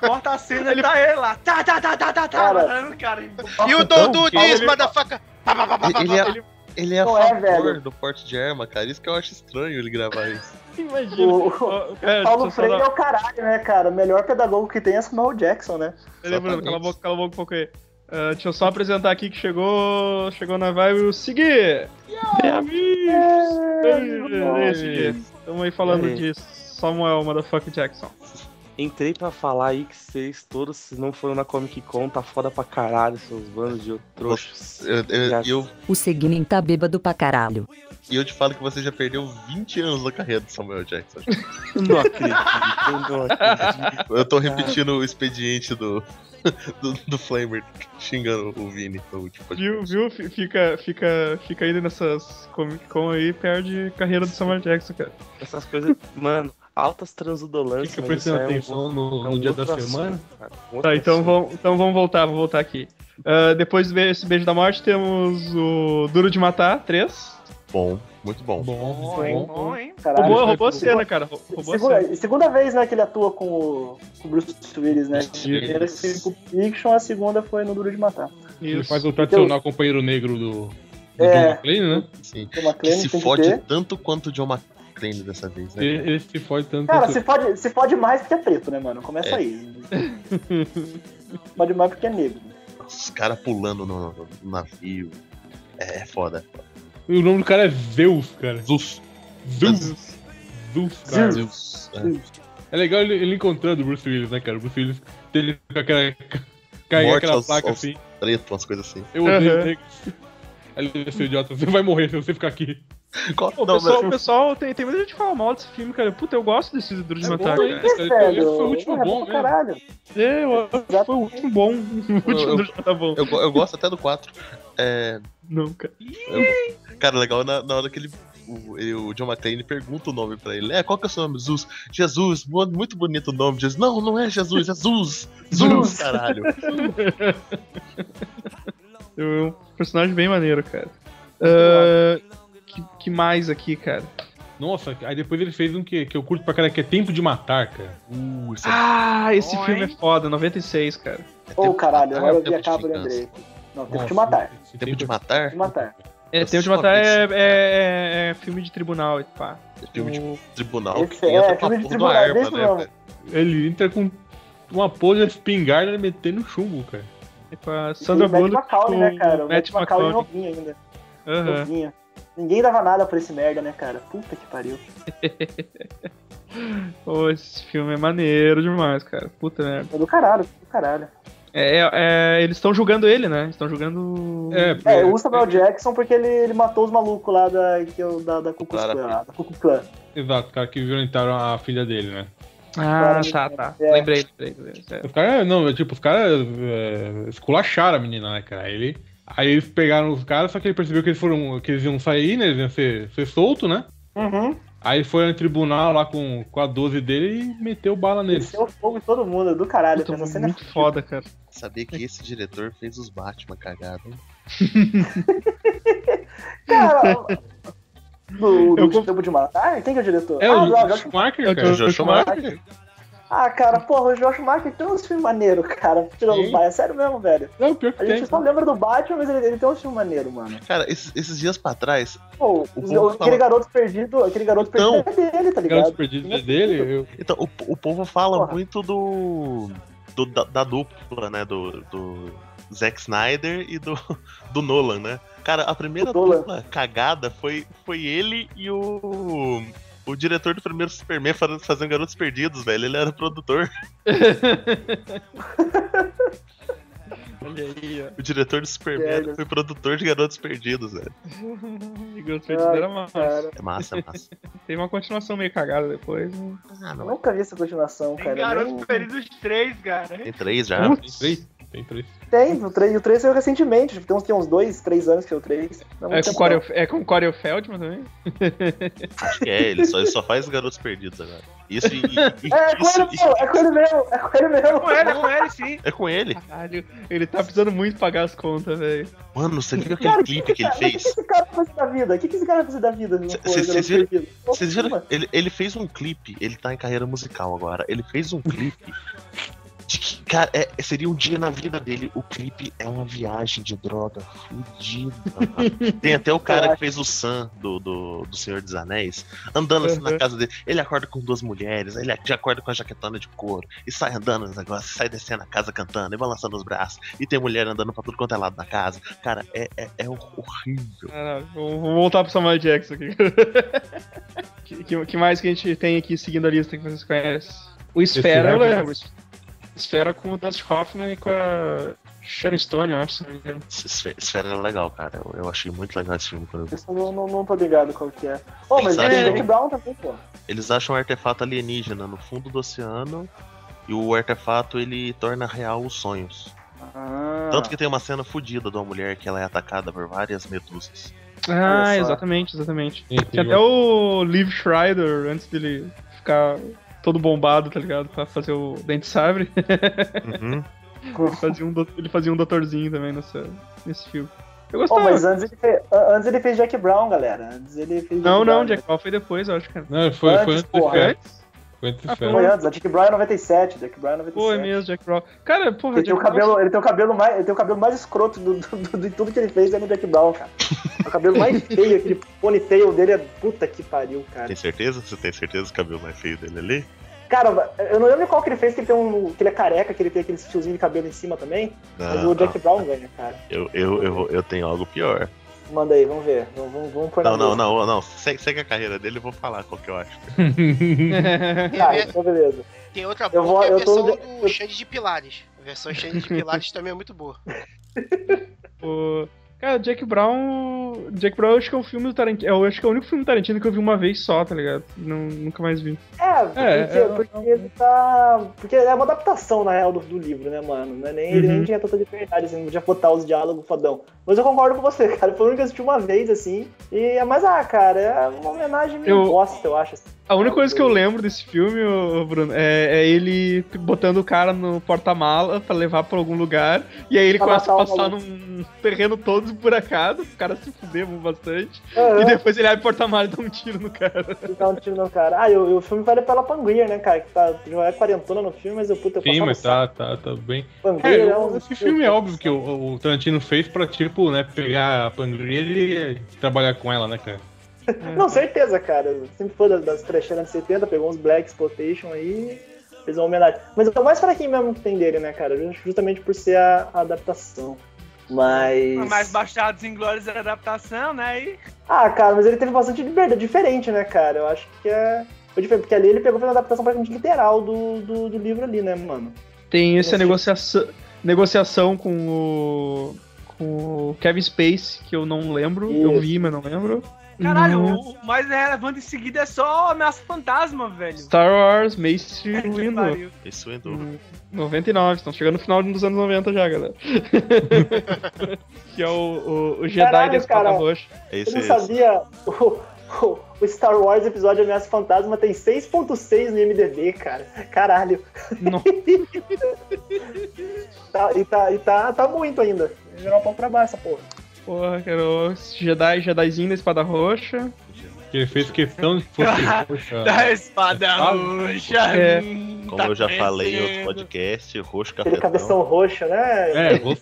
corta a cena e tá ele lá. Tá, tá, tá, tá, tá, tá. Cara. Mano, cara. E o então, Dodô cara, diz, ele- motherfucker. Pá, pá, pá, pá, pá, Ele pá. é, ele é a Não é, favor velho. do porte de arma, cara. Isso que eu acho estranho ele gravar isso. Imagina. O, o Ó, cara, Paulo deixa eu só Freire dar- é o caralho, né, cara? O melhor pedagogo que tem é Samuel Jackson, né? Peraí, Bruno, cala a Exatamente. boca, cala a boca um pouco aí. Ah, deixa eu só apresentar aqui que chegou. Chegou na vibe o Segui! Bem, amigos! Ei, Segui, Tamo aí falando Ei. de Samuel Motherfucker Jackson. Entrei pra falar aí que vocês todos, se não foram na Comic Con, tá foda pra caralho, seus bandos de trouxas. Eu, eu, Yes. eu- O Seguin tá bêbado pra caralho. E eu te falo que você já perdeu 20 anos na carreira do Samuel Jackson. Tipo, Não acredito, não acredito. Eu tô repetindo o expediente do, *laughs* do, do Flamer xingando o Vini tipo, no último podcast. Viu, viu? Fi- Fica, fica, fica indo nessas Comic Con aí, perde carreira do Samuel Jackson, cara. Essas coisas, mano, altas transudolâncias. Fica mas prestando isso é um- atenção no, é um no dia da outro assunto, semana. cara, um outro Tá, então assunto. vamos, então vamos voltar, vamos voltar aqui. Ah, depois desse Beijo da Morte, temos o Duro de Matar 3. Bom, muito bom. Bom, Bom, hein? bom. Bom, hein? Caralho. Roubou, roubou a cena, cara. rou- Roubou a Segunda, cena. segunda vez, né, que ele atua com o, com o Bruce Willis, né? A Bruce primeira Willis. foi com o Fiction, a segunda foi no Duro de Matar. Ele Isso. faz o tradicional companheiro negro do, do Então, É. John McClane, né? Sim. Tem Que McClane, se tem fode que ter. tanto quanto o John McClane dessa vez, né? Ele, ele se fode tanto. Cara, quanto- se fode, se fode mais porque é preto, né, mano? Começa aí. fode mais porque é negro. Os caras pulando no, no navio. É, é foda. O nome do cara é Zeus, cara. Zeus. Zeus. Zeus, cara. Zeus. É. É legal ele, ele encontrando o Bruce Willis, né, cara? O Bruce Willis ele com aquela. *laughs* Carrega Morte aquela aos- placa aos- assim. Preto, umas coisas assim. Eu odeio Aham. negros. Aí ele seu idiota, você vai morrer se você ficar aqui. Qual- O não, pessoal, mas- o pessoal tem, tem muita gente que fala mal desse filme, cara. Puta, eu gosto desse Duro de Matar, bom, hein? cara. Esse foi- esse foi o último É, é bom pra mesmo. Caralho. É, eu acho que foi o último bom. O último eu- Duro de Matar bom. eu, go- eu gosto até do 4. É, Não, cara. cara, legal na, na hora que ele. O, ele- o John McClane pergunta o nome pra ele. É, qual que é o seu nome? Jesus. Jesus, mu- muito bonito o nome. Jesus. Não, não é Jesus, é Zeus. Zeus, caralho. É um personagem bem maneiro, cara. Ah, que, que mais aqui, cara? Nossa, aí depois ele fez um que, que eu curto pra caralho, que é Tempo de Matar, cara. Uh, isso é- Ah, esse Bom, filme hein? é foda, 96, cara. é Ô, tempo- caralho, Ah, agora é eu vi tempo a de capa e vingança. É lembrei. Não, tempo Nossa, de matar. esse Tempo de matar? Tempo de matar. É, Eu Tempo de só Matar vi é, é- é- é filme de tribunal, e pá. É filme de tribunal. Esse que é, entra é com a filme porra de tribunal, da é harpa, desse mesmo. velho? Ele entra com uma pose de espingarda metendo chumbo, cara. É com a Sandra Sandra Matt Bullock McCauley, né, cara? O Matt Matt McCauley é McCauley. É. novinho ainda. Aham. Novinho. Ninguém dava nada pra esse merda, né, cara? Puta que pariu. Pô, esse filme é maneiro demais, cara. Puta merda. É do caralho, do caralho. É, é- é, eles estão julgando ele, né? Estão julgando. É, o Samuel Jackson porque ele, ele matou os malucos lá da, que eu- da, da Ku Klux Claro. Klan, lá, da Ku Klux Klan. Exato, cara, que violentaram a filha dele, né? Ah, tá, tá. É. Lembrei, lembrei. lembrei. É. Os caras, não, é tipo, os caras é, esculacharam a menina, né, cara? Aí Ele, aí eles pegaram os caras, só que ele percebeu que eles foram, que eles iam sair, né? Eles iam ser, ser solto, né? Uhum. Aí foi no tribunal lá com, com a 12 dele e meteu bala Ele neles. deu fogo em todo mundo, é do caralho. Puta, essa cena é muito foda, cara. Saber que esse diretor fez os Batman cagado. hein? Cara, *laughs* do, do Eu vou- Tempo de Matar? Quem que é o diretor? É, ah, o do- ah, Josh Josh- Schumacher, o cara. Josh Schumacher. ah, cara, porra, o Josh Marker tem uns filmes maneiros, cara. Tirando os Sim. bairros, é sério mesmo, velho. É o pior que A tem. gente tá só lembra do Batman, mas ele, ele tem uns filmes maneiros, mano. Cara, esses, esses dias pra trás. Pô, O os- povo aquele fala- garoto perdido, aquele garoto Então, perdido é dele, tá ligado? Garotos Perdidos é dele. Eu... Então, o, o povo fala Porra. muito do. do- da, da dupla, né? Do, do Zack Snyder e do, *laughs* do Nolan, né? Cara, a primeira O Nolan. dupla cagada foi, foi ele e o. O diretor do primeiro Superman fa- fazendo Garotos Perdidos, velho. Ele era produtor. Olha aí, ó. *laughs* *laughs* O diretor do Superman Velho. foi produtor de Garotos Perdidos, velho. Garotos Perdidos Ai, era massa. Cara, É massa, é massa. Teve uma continuação meio cagada depois. né? Ah, eu não. nunca vi essa continuação, Tem cara. é Garotos Nem- Perdidos 3, cara. é? Tem três já. Tem três. Tem três. Tem, o 3, o três saiu recentemente, tipo, tem uns, tem uns dois, três anos que é o 3. É com, Corey, é com Corey Feldman também? Acho que é, ele só, ele só faz Garotos Perdidos agora. Isso e. e- É com isso- ele mesmo, é com ele mesmo, é com ele mesmo. Com ele, com ele, *laughs* sim. É com ele. Caralho, ele tá precisando muito pagar as contas, velho. Mano, você viu aquele *laughs* Cara, o clipe que ele cara- mas fez? O que esse cara faz da vida? O que que esse cara faz da vida? Cê- pô, cês- garoto cês viram- perdido? Vocês viram? Porra, Ele, ele fez um clipe, ele tá em carreira musical agora. Ele fez um clipe. De que, cara, é- seria um dia na vida dele. O clipe é uma viagem de droga fudida. mano. Tem até o cara que fez o Sam do, do, do Senhor dos Anéis andando assim na Uhum. casa dele. Ele acorda com duas mulheres, ele já acorda com a jaquetona de couro e sai andando nos negócios, sai descendo a casa cantando e balançando os braços. E tem mulher andando pra tudo quanto é lado na casa. Cara, é, é, é horrível. Caralho, Ah, vamos vamos voltar pro Samuel Jackson aqui. *laughs* que, que, que mais que a gente tem aqui seguindo a lista que vocês conhecem? O né? Esfera, eu Esse é- lembro. Esfera com o Dustin Hoffman e com a Sharon Stone, eu acho. Esfera era legal, cara. Eu, eu achei muito legal esse filme quando eu vi. Eu não, não, não tô ligado qual que é. Oh, mas Exato. tem o Jack Brown também, pô. Eles acham um artefato alienígena no fundo do oceano e o artefato ele torna real os sonhos. Ah, Tanto que tem uma cena fodida de uma mulher que ela é atacada por várias medusas. Ah, só. exatamente, exatamente. Sim, Tinha sim. até o Liv Schreider, antes dele ficar todo bombado, tá ligado? Pra fazer o Dente Sabre. *laughs* Uhum. Ele fazia um, do- ele fazia um doutorzinho também nessa, nesse filme. Eu Oh, gostava. mas antes ele, fez, a- antes ele fez Jack Brown, galera. Antes ele fez Jack Não, não, Brown. Jack Ball foi depois, eu acho, cara. Não, foi, foi Antes, antes do porra. Fera. Foi antes do Foi Fera. antes, a Jack Brown é 97, Jack Brown é 97. Pô, é mesmo, Jack Brown. Cara, porra, Ele tem, o Jack Brown- cabelo, ele, tem o cabelo mais, ele tem o cabelo mais escroto do, do- do- de tudo que ele fez é no Jack Brown, cara. É O cabelo mais feio, aquele ponytail dele é puta que pariu, cara. *laughs* Tem certeza? Você tem certeza que o cabelo mais feio dele é ali? Cara, eu não lembro qual que ele fez, que ele tem um. que ele é careca, que ele tem aquele fiozinho de cabelo em cima também. Mas Não, o Jack Brown ganha, cara. eu, eu, eu, eu tenho algo pior. Manda aí, vamos ver. Vamos, vamos, vamos pôr Não, na não, mesa. não, não. Segue, segue a carreira dele, eu vou falar qual que eu acho. *laughs* Tá, então beleza. Tem outra Eu boa vou- que é a eu tô- versão do Xande de Pilares. A versão *laughs* Xande de Pilares também é muito boa. O- Cara, Jack Brown. Jack Brown eu acho que é um filme do Tarantino. Eu acho que é o único filme do Tarantino que eu vi uma vez só, tá ligado? Não- nunca mais vi. É, porque, é, porque ele tá. Porque é uma adaptação, na real, do, do livro, né, mano? Não é nem, Ele nem Uhum. tinha tanta liberdade, assim, não podia botar os diálogos fodão. Mas eu concordo com você, *laughs* cara. Foi o único que eu assisti uma vez, assim. E é mais, ah, cara, é uma homenagem meio Eu- bosta, eu acho. assim. A única coisa que eu lembro desse filme, ô, ô, Bruno, é, é ele botando o cara no porta-mala pra levar pra algum lugar. E aí ele Pra começa a matar o passar maluco. num terreno todo esburacado. O cara se fudeu bastante. Aham. E depois ele abre o porta-mala e dá um tiro no cara. Não dá um tiro não, cara. Ah, e o, e o filme vale pela Panguinha, né, cara? Que tá, já é quarentona no filme, mas eu, puta, eu Sim, passava mas o tá, tá, tá bem. Pangueira, É, é um- esse filme é óbvio que o, o Tarantino fez pra, tipo, né, pegar a Pangria e eh, trabalhar com ela, né, cara? *laughs* Não, certeza, cara. Eu Sempre foi das, das trecheiras de 70, pegou uns Black Exploitation aí, fez uma homenagem. Mas é o mais fraquinho mesmo que tem dele, né, cara? Just- Justamente por ser a, a adaptação. Mas. Mais baixados em glórias da adaptação, né? E Ah, cara, mas ele teve bastante liberdade. Diferente, né, cara? Eu acho que é. Foi diferente, porque ali ele pegou e fez uma adaptação praticamente literal do, do, do livro ali, né, mano? Tem essa Esse- negociação, negociação com o. com o Kevin Space, que eu não lembro. Eu Isso. é um vi, mas não lembro. Uhum. Caralho, Não. o- o mais relevante em seguida é só Ameaça Fantasma, velho. Star Wars, Mace Que Windu. pariu. Isso é Hum. dúvida. 99, estão chegando no final dos anos 90 já, galera. que é o, o, o Jedi Caralho, da Espada cara. Roxa. É Eu isso não aí. isso. sabia. O, o- o Star Wars episódio Ameaça Fantasma tem 6.6 no MDB, cara. Caralho. Não. *laughs* Tá- e tá, e tá, tá muito ainda. Vai Virar um pão pra baixo, essa porra. Porra, cara, o Jedi, Jedizinho da Espada Roxa. Que ele fez questão de que fosse. *laughs* Poxa, Da espada Ah, roxa. é. hum, Tá. Como tá eu já falei em outro crescendo. podcast, roxo Aquele cafetão. cabeção roxo, né? é, vou,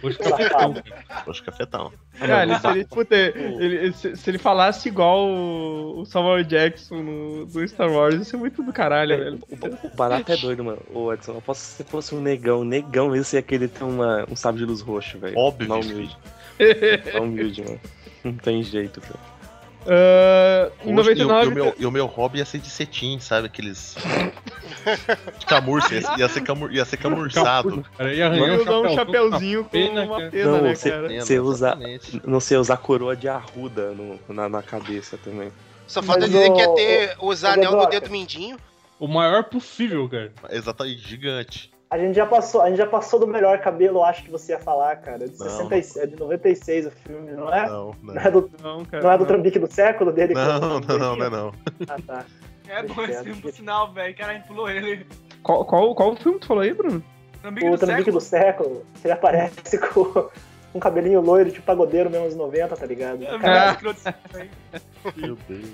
vou ficar Safado. Roxo cafetão. Cara, se ele, puta, ele- se, se ele falasse igual o, o Samuel Jackson no, do Star Wars, isso é muito do caralho, velho. *laughs* O, o barato é doido, mano. Ô, Edson, eu posso se fosse um negão, negão mesmo, você ia querer ter uma, um sábio de luz roxo, velho. Óbvio. Não humilde. Não humilde, mano. Não tem jeito, velho. Ah, em Roxo- E, o, e, o 99. meu, e o meu hobby ia ser de cetim, sabe? Aqueles. de camurça, ia, ia, ser camur, ia ser camurçado. Cara, ia arranhar Eu um dar um chapéuzinho. chapeuzinho com pena, uma cara. pena, Não, né, você- cara? Você usa- Exatamente. Não sei usar coroa de arruda no- na, na cabeça também. Só falta Mas dizer o- que ia ter usar o anel no Godoka. dedo mindinho. O maior possível, cara. Exatamente, gigante. A gente, já passou, a gente já passou do melhor cabelo, acho que você ia falar, cara. É de, Não. 66, é de 96 o filme, não é? Não, não. Não é do, Não, cara. não é do trambique do século dele? Não, não, com- não, não, é não. Ah, tá. É bom esse filme por sinal, velho. Caralho, pulou ele. Qual, qual, qual filme tu falou aí, Bruno? Amigo O do trambique século. do século, que ele aparece com um cabelinho loiro, tipo pagodeiro mesmo, anos 90, tá ligado? Cara, Amigo do século. Meu Deus.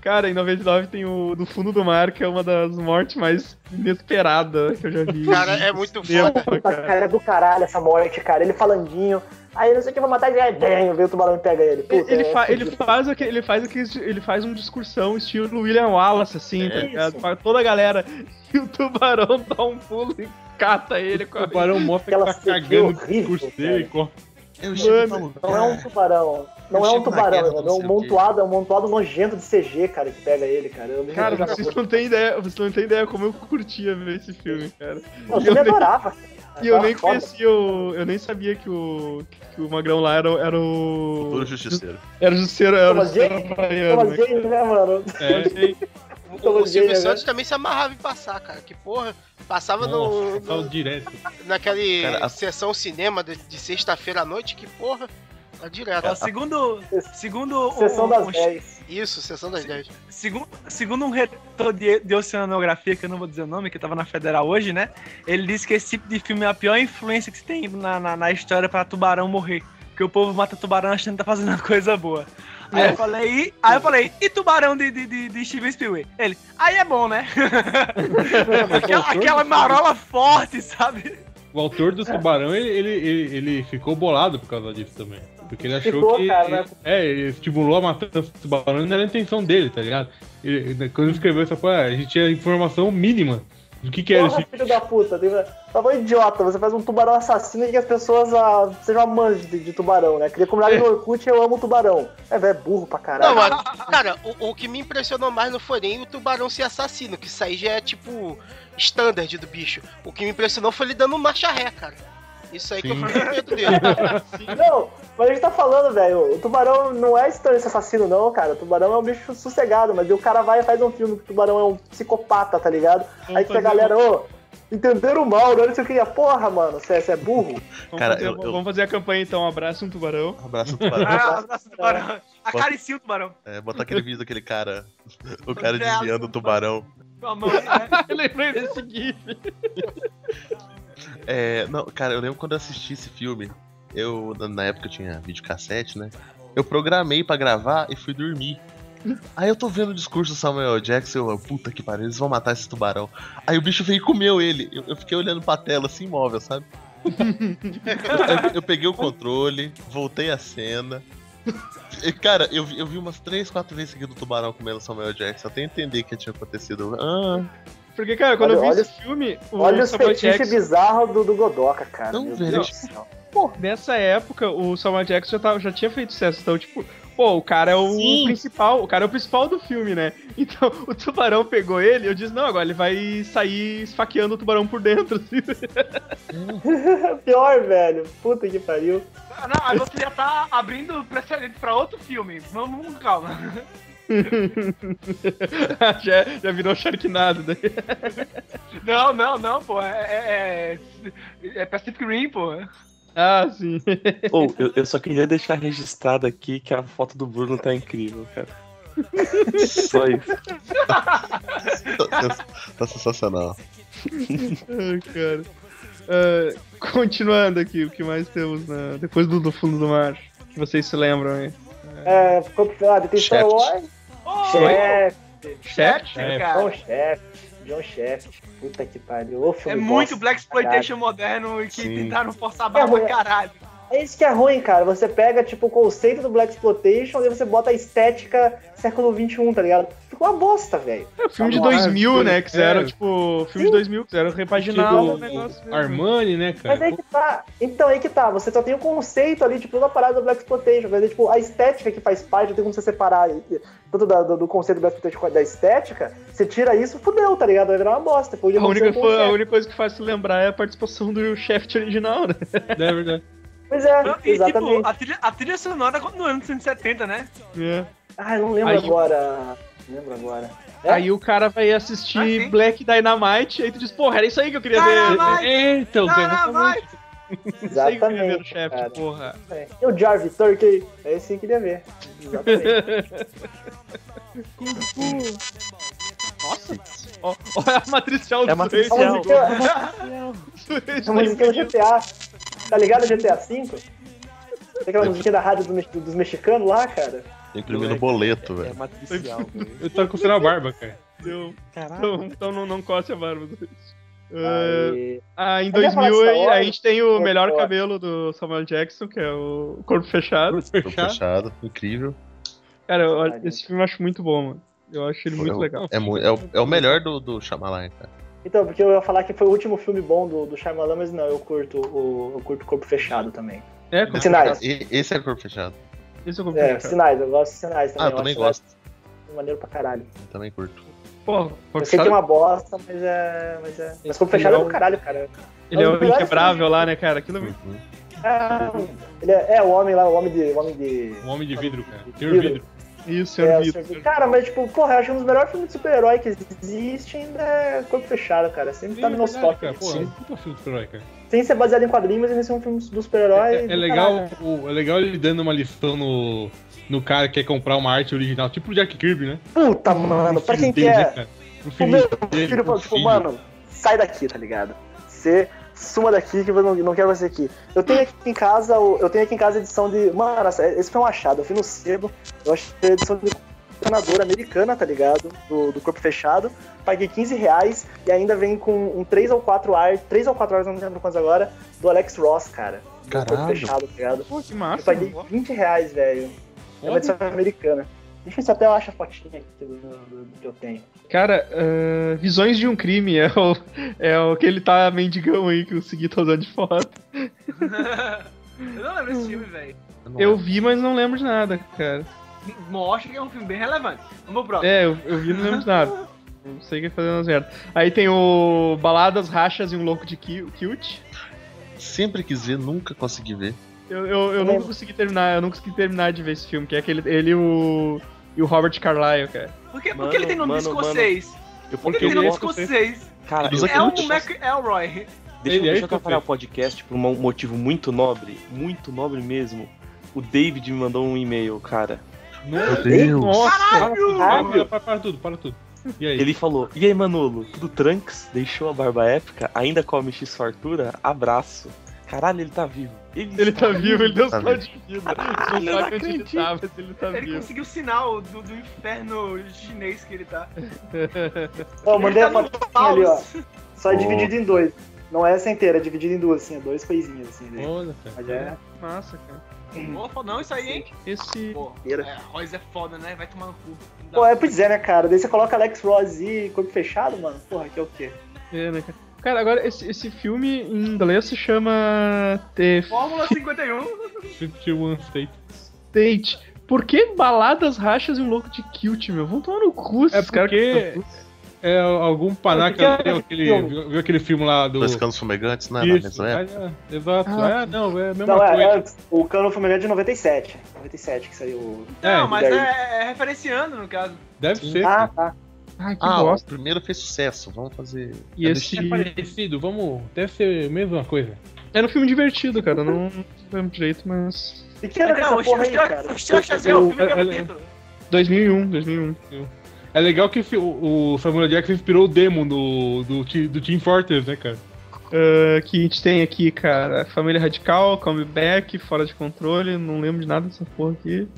Cara, em 99 tem o Do Fundo do Mar, que é uma das mortes mais inesperadas que eu já vi. Cara, é muito Meu, foda. Puta, cara. cara, é do caralho essa morte, cara. Ele falandinho. Aí não sei o que, vai matar ele. Aí, bem, vem o tubarão e pega ele. Puta, Ele, é fa- ele fudido. faz aquele, ele faz aquele, ele faz um discursão estilo William Wallace assim, tá É. ligado? Isso. Para toda a galera *laughs* e o tubarão dá um pulo e cata ele com a O barão mostra que Aquela tá cena cagando com o horrível, discurso dele. cara. corre. Eu estive no Não é um tubarão. Eu Não é um chego na guerra, tubarão, não mano. É sei um o quê. montuado, é um montuado nojento de CG, cara, que pega ele, cara. Eu lembro Cara, que eu vocês não têm ideia, vocês não têm ideia como eu curtia ver esse filme, cara. eu também adorava. E eu nem conhecia o. Eu nem sabia que o. que o Magrão lá era, o- era o. Futuro Justiceiro. Era o Justiceiro, era o Thomas Justiceiro Jane? Havaiano, Thomas né? Jane, né, mano? É, O, o Silvio Thomas Jane, Santos né? também se amarrava em passar, cara. Que porra. Passava no, nossa, no- falo direto. naquele Cara, a- sessão cinema de, de sexta-feira à noite, que porra. Tá direto. Ó, segundo. Segundo. Sessão um- das um- 10. Isso, sessão das 10. Segundo, segundo um retor de, de oceanografia, que eu não vou dizer o nome, que tava na Federal hoje, né? Ele disse que esse tipo de filme é a pior influência que se tem na, na, na história pra tubarão morrer. Porque o povo mata tubarão achando que tá fazendo uma *laughs* coisa boa. Aí eu falei, e- aí eu falei, e tubarão de, de, de, de Steven Spielberg? Ele, aí é bom, né? *laughs* aquela, aquela marola forte, sabe? O autor do Tubarão, ele, ele, ele, ele ficou bolado por causa disso também. Porque ele achou Ficou, que. cara, né? É, ele estimulou a matança do tubarão e não era a intenção dele, tá ligado? Ele- ele- quando ele escreveu essa coisa, a gente tinha informação mínima do que, é, que era Porra, esse. filho da puta. Tem... Tá bom, idiota. Você faz um tubarão assassino e que as pessoas ah, sejam amantes de, de tubarão, né? Queria comunidade no Orkut eu amo tubarão. É, velho, é burro pra Não, caralho. mano, cara, o, o que me impressionou mais não foi nem o tubarão ser assassino, que isso aí já é tipo standard do bicho. O que me impressionou foi ele dando marcha ré, cara. Isso aí que eu Sim. falei com medo dele. Não, mas a gente tá falando, velho, o tubarão não é história desse assassino, não, cara. O tubarão é um bicho sossegado, mas aí o cara vai e faz um filme que o tubarão é um psicopata, tá ligado? aí que a fazer galera, ô, entenderam mal, né? não sei o que, a porra, mano, você é burro. Vamos, Cara, fazer, eu- eu- vamos fazer a campanha então, abraça *laughs* um tubarão. Abraço *laughs* do tubarão. Ah, abraço o tubarão. Acaricia o tubarão. É, botar aquele vídeo daquele cara. O cara Abraço desviando o do tubarão. Com a mão, né? Eu lembrei desse GIF. É, não, cara, eu lembro quando eu assisti esse filme. Eu, na- na época eu tinha videocassete, né? Eu programei pra gravar e fui dormir. Aí eu tô vendo o discurso do Samuel Jackson, eu, puta que pariu, eles vão matar esse tubarão. Aí o bicho veio e comeu ele. Eu, eu fiquei olhando pra tela assim, imóvel, sabe? eu, eu peguei o controle, voltei a cena. E, Cara, eu, vi- eu vi umas 3, 4 vezes seguido o tubarão comendo o Samuel Jackson, até entender o que tinha acontecido. Ah, Porque, cara, quando Olha- eu vi olha esse filme, o Olha os Samuel fetiches Jackson, bizarros do, do Godoka, cara. Não, Meu velho, Deus do céu. pô, nessa época, o Samuel Jackson já, tava, já tinha feito sucesso. Então, tipo, pô, o cara é o Sim. principal, o cara é o principal do filme, né? *laughs* Então, o tubarão pegou ele, eu disse, não, agora ele vai sair esfaqueando o tubarão por dentro. *laughs* assim. *laughs* Pior, velho. Puta que pariu. Ah, Não, aí você já tá abrindo precedente pra outro filme. Vamos com calma. já, já virou Sharknado, né? *laughs* Não, não, não, pô. É, é, é- é Pacific Rim, pô. Ah, sim. Ou, eu, eu só queria deixar registrado aqui que a foto do Bruno tá incrível, cara. *laughs* Só isso. tá- tá sensacional. Ai, cara. Ah, continuando aqui, o que mais temos na- depois do, do fundo do mar? Que vocês se lembram aí? É, ficou ah, tem É, Star Shaft. Wars, Oh, Ô, Shaft, Chefe? É, cara. John Shaft, John Shaft. um Puta que pariu. Ô, É filme muito bosta. Black Exploitation moderno e que Sim. tentaram forçar a barra pra caralho. É isso que é ruim, cara. Você pega, tipo, o conceito do Black Exploitation e você bota a estética século XXI, tá ligado? Ficou uma bosta, velho. É, filme de Tá bom, 2000, é, né? Que fizeram, é. tipo, filme de 2000, quiseram repaginar o negócio. Tipo, mesmo. Armani, né, É. Mas cara? aí que tá. Então, aí que tá. Você só tem o conceito ali, tipo, toda a parada do Black Exploitation. Mas, tipo, a estética que faz parte, não tem como você separar e- tanto da- do, do conceito do Black Exploitation da estética. Você tira isso, fudeu, tá ligado? Vai virar uma bosta. Podia A única, acontecer com o fo- a chefe. única coisa que faz se lembrar é a participação do chefe original, né? É verdade. Pois é, Não, E, exatamente. tipo, a trilha, a trilha sonora continua nos anos 70, né? É. Ah, eu não lembro aí- agora. Não lembro *laughs* agora. É? Aí o cara vai assistir Ah, sim. Black Dynamite, aí tu diz, porra, era isso aí que eu queria ver. Dynamite! É, então, tem Cara, vai! *laughs* Isso aí que eu queria ver do Exatamente, cara. chefe, porra. E o Jarvis Turkey? É esse que eu queria ver. Exatamente. *laughs* Nossa, ó- olha a matricial É a do Swayze. A É música, matricial. Swayze a música tá do impedido. GTA. Tá ligado GTA V? Tem Aquela musiquinha da rádio do mex- dos mexicanos lá, cara. Imprimindo boleto, velho. É matricial, velho. Eu tava coçando a barba, cara. Deu. Caralho. Então, então não, não corte a barba do Swayze. Ah, Aí, Ah, em Mas eu ia falar 2000 dessa aí, hora, a gente tem o eu melhor gosto. cabelo do Samuel Jackson, que é o Corpo Fechado. Tô fechado, incrível. Cara, eu- Verdade. esse filme eu acho muito bom, mano. Eu acho ele muito Eu- legal. É, mu- é o, é o melhor do, do Shyamalan, cara. Então, porque eu ia falar que foi o último filme bom do, do Shyamalan, mas não, eu curto o eu curto Corpo Fechado também. É, com Sinais. E- Esse é o corpo fechado. Esse é o Corpo É, Fechado. Sinais, eu gosto de Sinais também. Ah, eu também acho Sinais gosto. Maneiro pra caralho. Eu também curto. Pô, Eu sei que é uma bosta, mas é. Mas, é... mas como fechado é do caralho, cara. um Ele é É um o dos melhores inquebrável lá, né, cara? Aquilo é muito- Ah, ele é, é o homem lá, o homem de. O homem de. Um homem de vidro, cara. Senhor vidro. Isso, É, senhor o Vitor. Senhor Vitor. Cara, mas tipo, porra, eu acho um dos melhores filmes de super-herói que existe ainda é Corpo Fechado, cara. Sempre tá no nosso Verdade, toque. cara. Pô, é um Sim. puta filme de super-herói, cara. Sem ser baseado em quadrinhos, mas esse é um filme do super-herói. É do legal, caralho. o- é legal ele dando uma lição no, no cara que quer comprar uma arte original, tipo o Jack Kirby, né? Puta, mano, pra quem Deus, né, quer. cara? Pro O filho meu dele, um filho pro falou, tipo, filho. mano, sai daqui, tá ligado? Você suma daqui que eu não, não quero você aqui. Eu tenho aqui em casa, o- eu tenho aqui em casa a edição de. Mano, essa- esse foi um achado. Eu fui no sebo, eu achei a edição de colecionadora americana, tá ligado? Do, do corpo fechado. Paguei 15 reais e ainda vem com um 3 ou 4 ar, 3 ou 4 horas, não lembro quantos agora, do Alex Ross, cara. Do corpo Caralho. fechado, tá ligado? Pô, que Eu massa. paguei 20 reais, velho. É uma edição americana. Deixa eu ver se até eu acho a fotinha aqui do- do- do que eu tenho. Cara, ah, Visões de um Crime é o, é o que ele tá mendigão aí que o Segui tá usando de foto. *laughs* Eu não lembro desse filme, velho. Eu vi, mas não lembro de nada, cara. Mostra que é um filme bem relevante. Vamos pro próximo. É, eu, eu vi e não lembro de nada. Não sei o que é fazer nas merdas. Aí tem o Baladas, Rachas e um Louco de Ki- Cute. Sempre quis ver, nunca consegui ver. Eu, eu, eu Lembro. nunca consegui terminar, eu não consegui terminar de ver esse filme, que é aquele. Ele e o. E o Robert Carlyle, cara. Por que, por que Mano, ele tem nome de mano, escoscês? Eu Por que porque ele tem é eu nome de gosto- escocês? Cara, Dos eu- É Ele o é McElroy. Deixa, eu- Ele é deixa eu atrapalhar o escocês. podcast por um motivo muito nobre, muito nobre mesmo. O David me mandou um e-mail, cara. Nossa, um. Deus! para, Caralho! para, para, para tudo, para tudo. E aí? Ele falou: E aí, Manolo, tudo tranks? Deixou a barba épica? Ainda come X fartura? Abraço. Caralho, ele tá vivo. Ele tá vivo, ele deu Tá só de vida. Caralho, Não eu não sabe onde ele acredito. tá, mas ele tá Ele vivo. conseguiu o sinal do, do inferno chinês que ele tá. Ó, mandei a Ele tá no fotinha ali, ó. caos. Só é Boa. dividido em dois. Não é essa inteira, é dividido em duas, assim, é dois coisinhas, assim. né? Olha, Mas cara. é Massa, cara. Opa, não, isso aí, hein? Esse. Pô, inteira. é, Royce é foda, né? Vai tomar no cu. Não dá. Pô, é, pois é, né, cara? Daí você coloca Alex Ross e corpo fechado, mano. Porra, que é o quê? É, né, cara? Cara, agora esse, esse filme em inglês se chama The Fórmula 51. 51 State. State. Por que baladas, rachas e um louco de cute, meu? Vão tomar no cu É esses caras. porque é, algum panaca Porque viu é aquele, filme. viu, viu aquele filme lá do. Dois canos fumegantes, né? na Isso, mesma época. é, é, exato. Ah. Ah, não, é a mesma Não, é, coisa. antes. O Cano Fluminense é de 97. 97 que saiu. o- Não, É, mas daí. é, é referenciando, no caso. Deve ser. Ah, cara. tá. Ai, que Ah, o bosta. primeiro fez sucesso, vamos fazer. E esse. É parecido, vamos. Deve ser a mesma coisa. Era um filme divertido, cara. Não lembro direito, mas. E que era É, Não, Então, essa o porra aí, Chachá- cara? o Chachá é o filme que um, Eu- eu- é bonito. 2001, 2001. É legal que fi- o o Samuel Jackson inspirou o Demon do, do, ti- do Team Fortress, né, cara? Ah, que a gente tem aqui, cara. Família Radical, Comeback, Fora de Controle. Não lembro de nada dessa porra aqui.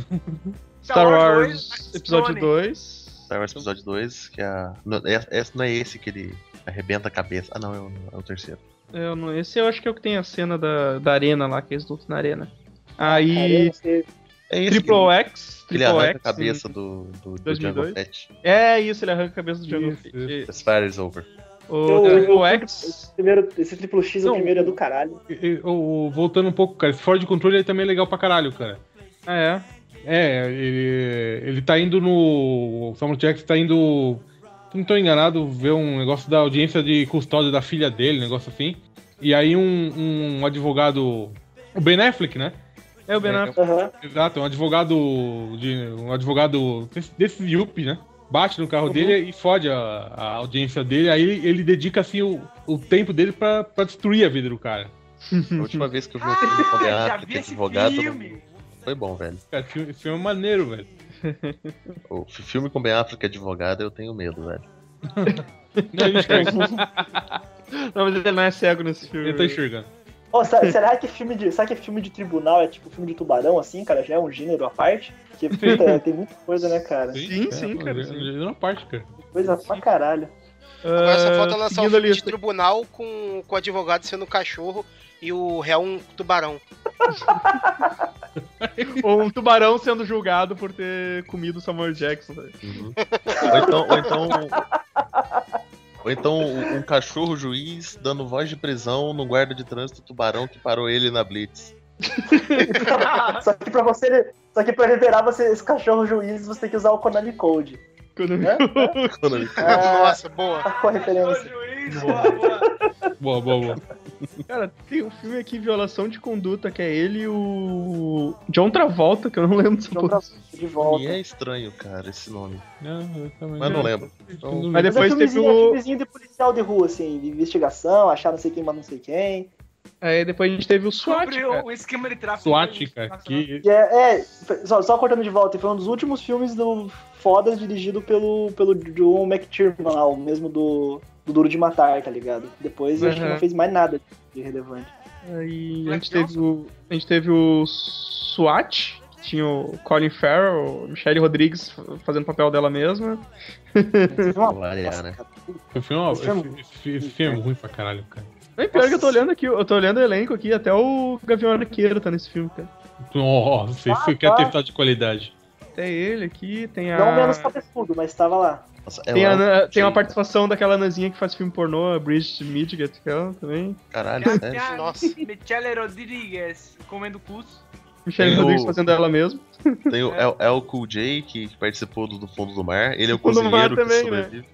Star Wars, dois, Episódio Stone. 2. Star Wars Episódio 2, que a. não, é- é- não é esse que ele arrebenta a cabeça. Ah, não, é o, é o terceiro. Eu não- esse eu acho que é o que tem a cena da, da arena lá, que eles lutam na arena. Aí, Caramba, você- É esse que Triple X, ele, ele Triple arranca X. né? a cabeça do, do, do 2002. Jungle Fett. É isso, ele arranca a cabeça do Jungle Isso, Fit. The Spire is over. O Eu- eu- Triple Esse, X. primeiro, esse triplo X, Não. o primeiro é do caralho. E- e- o- o- voltando um pouco, cara, esse Ford Controle ele também é legal pra caralho, cara. Ah, é. É, ele, ele tá indo no. O Samuel Jackson tá indo. Se não tô enganado, ver um negócio da audiência de custódia da filha dele, um negócio assim. E aí um, um advogado. O Ben Affleck, né? É o Ben É, Affleck. Aham. Exato, um advogado. De, um advogado desse, desse Yuppie, né? Bate no carro dele e fode a, a audiência dele. Aí ele, ele dedica assim o, o tempo dele pra, pra destruir a vida do cara. A *laughs* última vez que eu vi um filme Ah, sobre a já África vi que esse advogado filme. foi bom, velho. Cara, esse filme- esse filme é maneiro, velho. O f- filme com Ben Affleck advogado eu tenho medo, velho. Não, ele enxerga, Não, mas ele não é cego nesse filme. ele tá enxergando. Ó, sa- será que filme de. Será que filme de tribunal é tipo filme de tubarão, assim, cara? Já é um gênero à parte? Porque, puta, tem muita coisa, né, cara? Sim, sim, cara, sim. É, Ele não parte, cara. Coisa pra caralho. Agora só falta é lançar um Ah, seguindo a filme de lista. tribunal com, com o advogado sendo um cachorro e o réu um tubarão. Ou um tubarão sendo julgado por ter comido o Samuel Jackson. velho. Ou então. Ou então, ou então um- um cachorro juiz dando voz de prisão no guarda de trânsito tubarão que parou ele na Blitz. *laughs* *laughs* Só que pra você. Só que pra liberar você, esse cachorro juiz, você tem que usar o Konami Code. Né? Nossa, boa. Qual a referência? *laughs* Boa, boa, boa. Cara, tem um filme aqui, Violação de Conduta, que é ele e o John Travolta, que eu não lembro dessa John porra. Travolta de volta. E é estranho, cara, esse nome. Não, eu também Mas não lembro. Então, Mas Mas é depois teve filmezinho, é o. filmezinho de policial de rua, assim, de investigação, achar não sei quem, mas não sei quem. Aí depois a gente teve o SWAT. Sobre cara. o esquema de tráfico. SWAT, tá cara, que E é, é, só, só cortando de volta, foi um dos últimos filmes do Fodas dirigido pelo, pelo John McTiernan lá, o mesmo do, do Duro de Matar, tá ligado? Depois eu acho que Uhum. não fez mais nada de *laughs* relevante. Aí a Black gente teve o. A gente teve o SWAT, que tinha o Colin Farrell, Michelle Rodrigues fazendo o papel dela mesma. Teve uma- Olha, nossa, né? cara, Esse filme, ó, Esse filme- esse- esse- esse filme é ruim pra caralho, cara. Não, e pior que eu tô olhando aqui, eu tô olhando o elenco aqui, até o Gavião Arqueiro tá nesse filme, cara. Nossa, isso Ah, quer tá. ter testado de qualidade. Tem ele aqui, tem a. Não menos né? cabeçudo, mas tava lá. Nossa, é Tem, ela- a, Ana- tem uma Sim. participação daquela Nanzinha que faz filme pornô, a Bridget Midgett, que é ela também. Caralho, né? É, sério. Nossa. Nossa. Michelle Rodriguez comendo curso. Michelle Tem o- Rodrigues fazendo ela mesma. Tem o El, El Cool J, que participou do, do Fundo do Mar. Ele é o Fundo do Mar cozinheiro também, né? que sobrevive.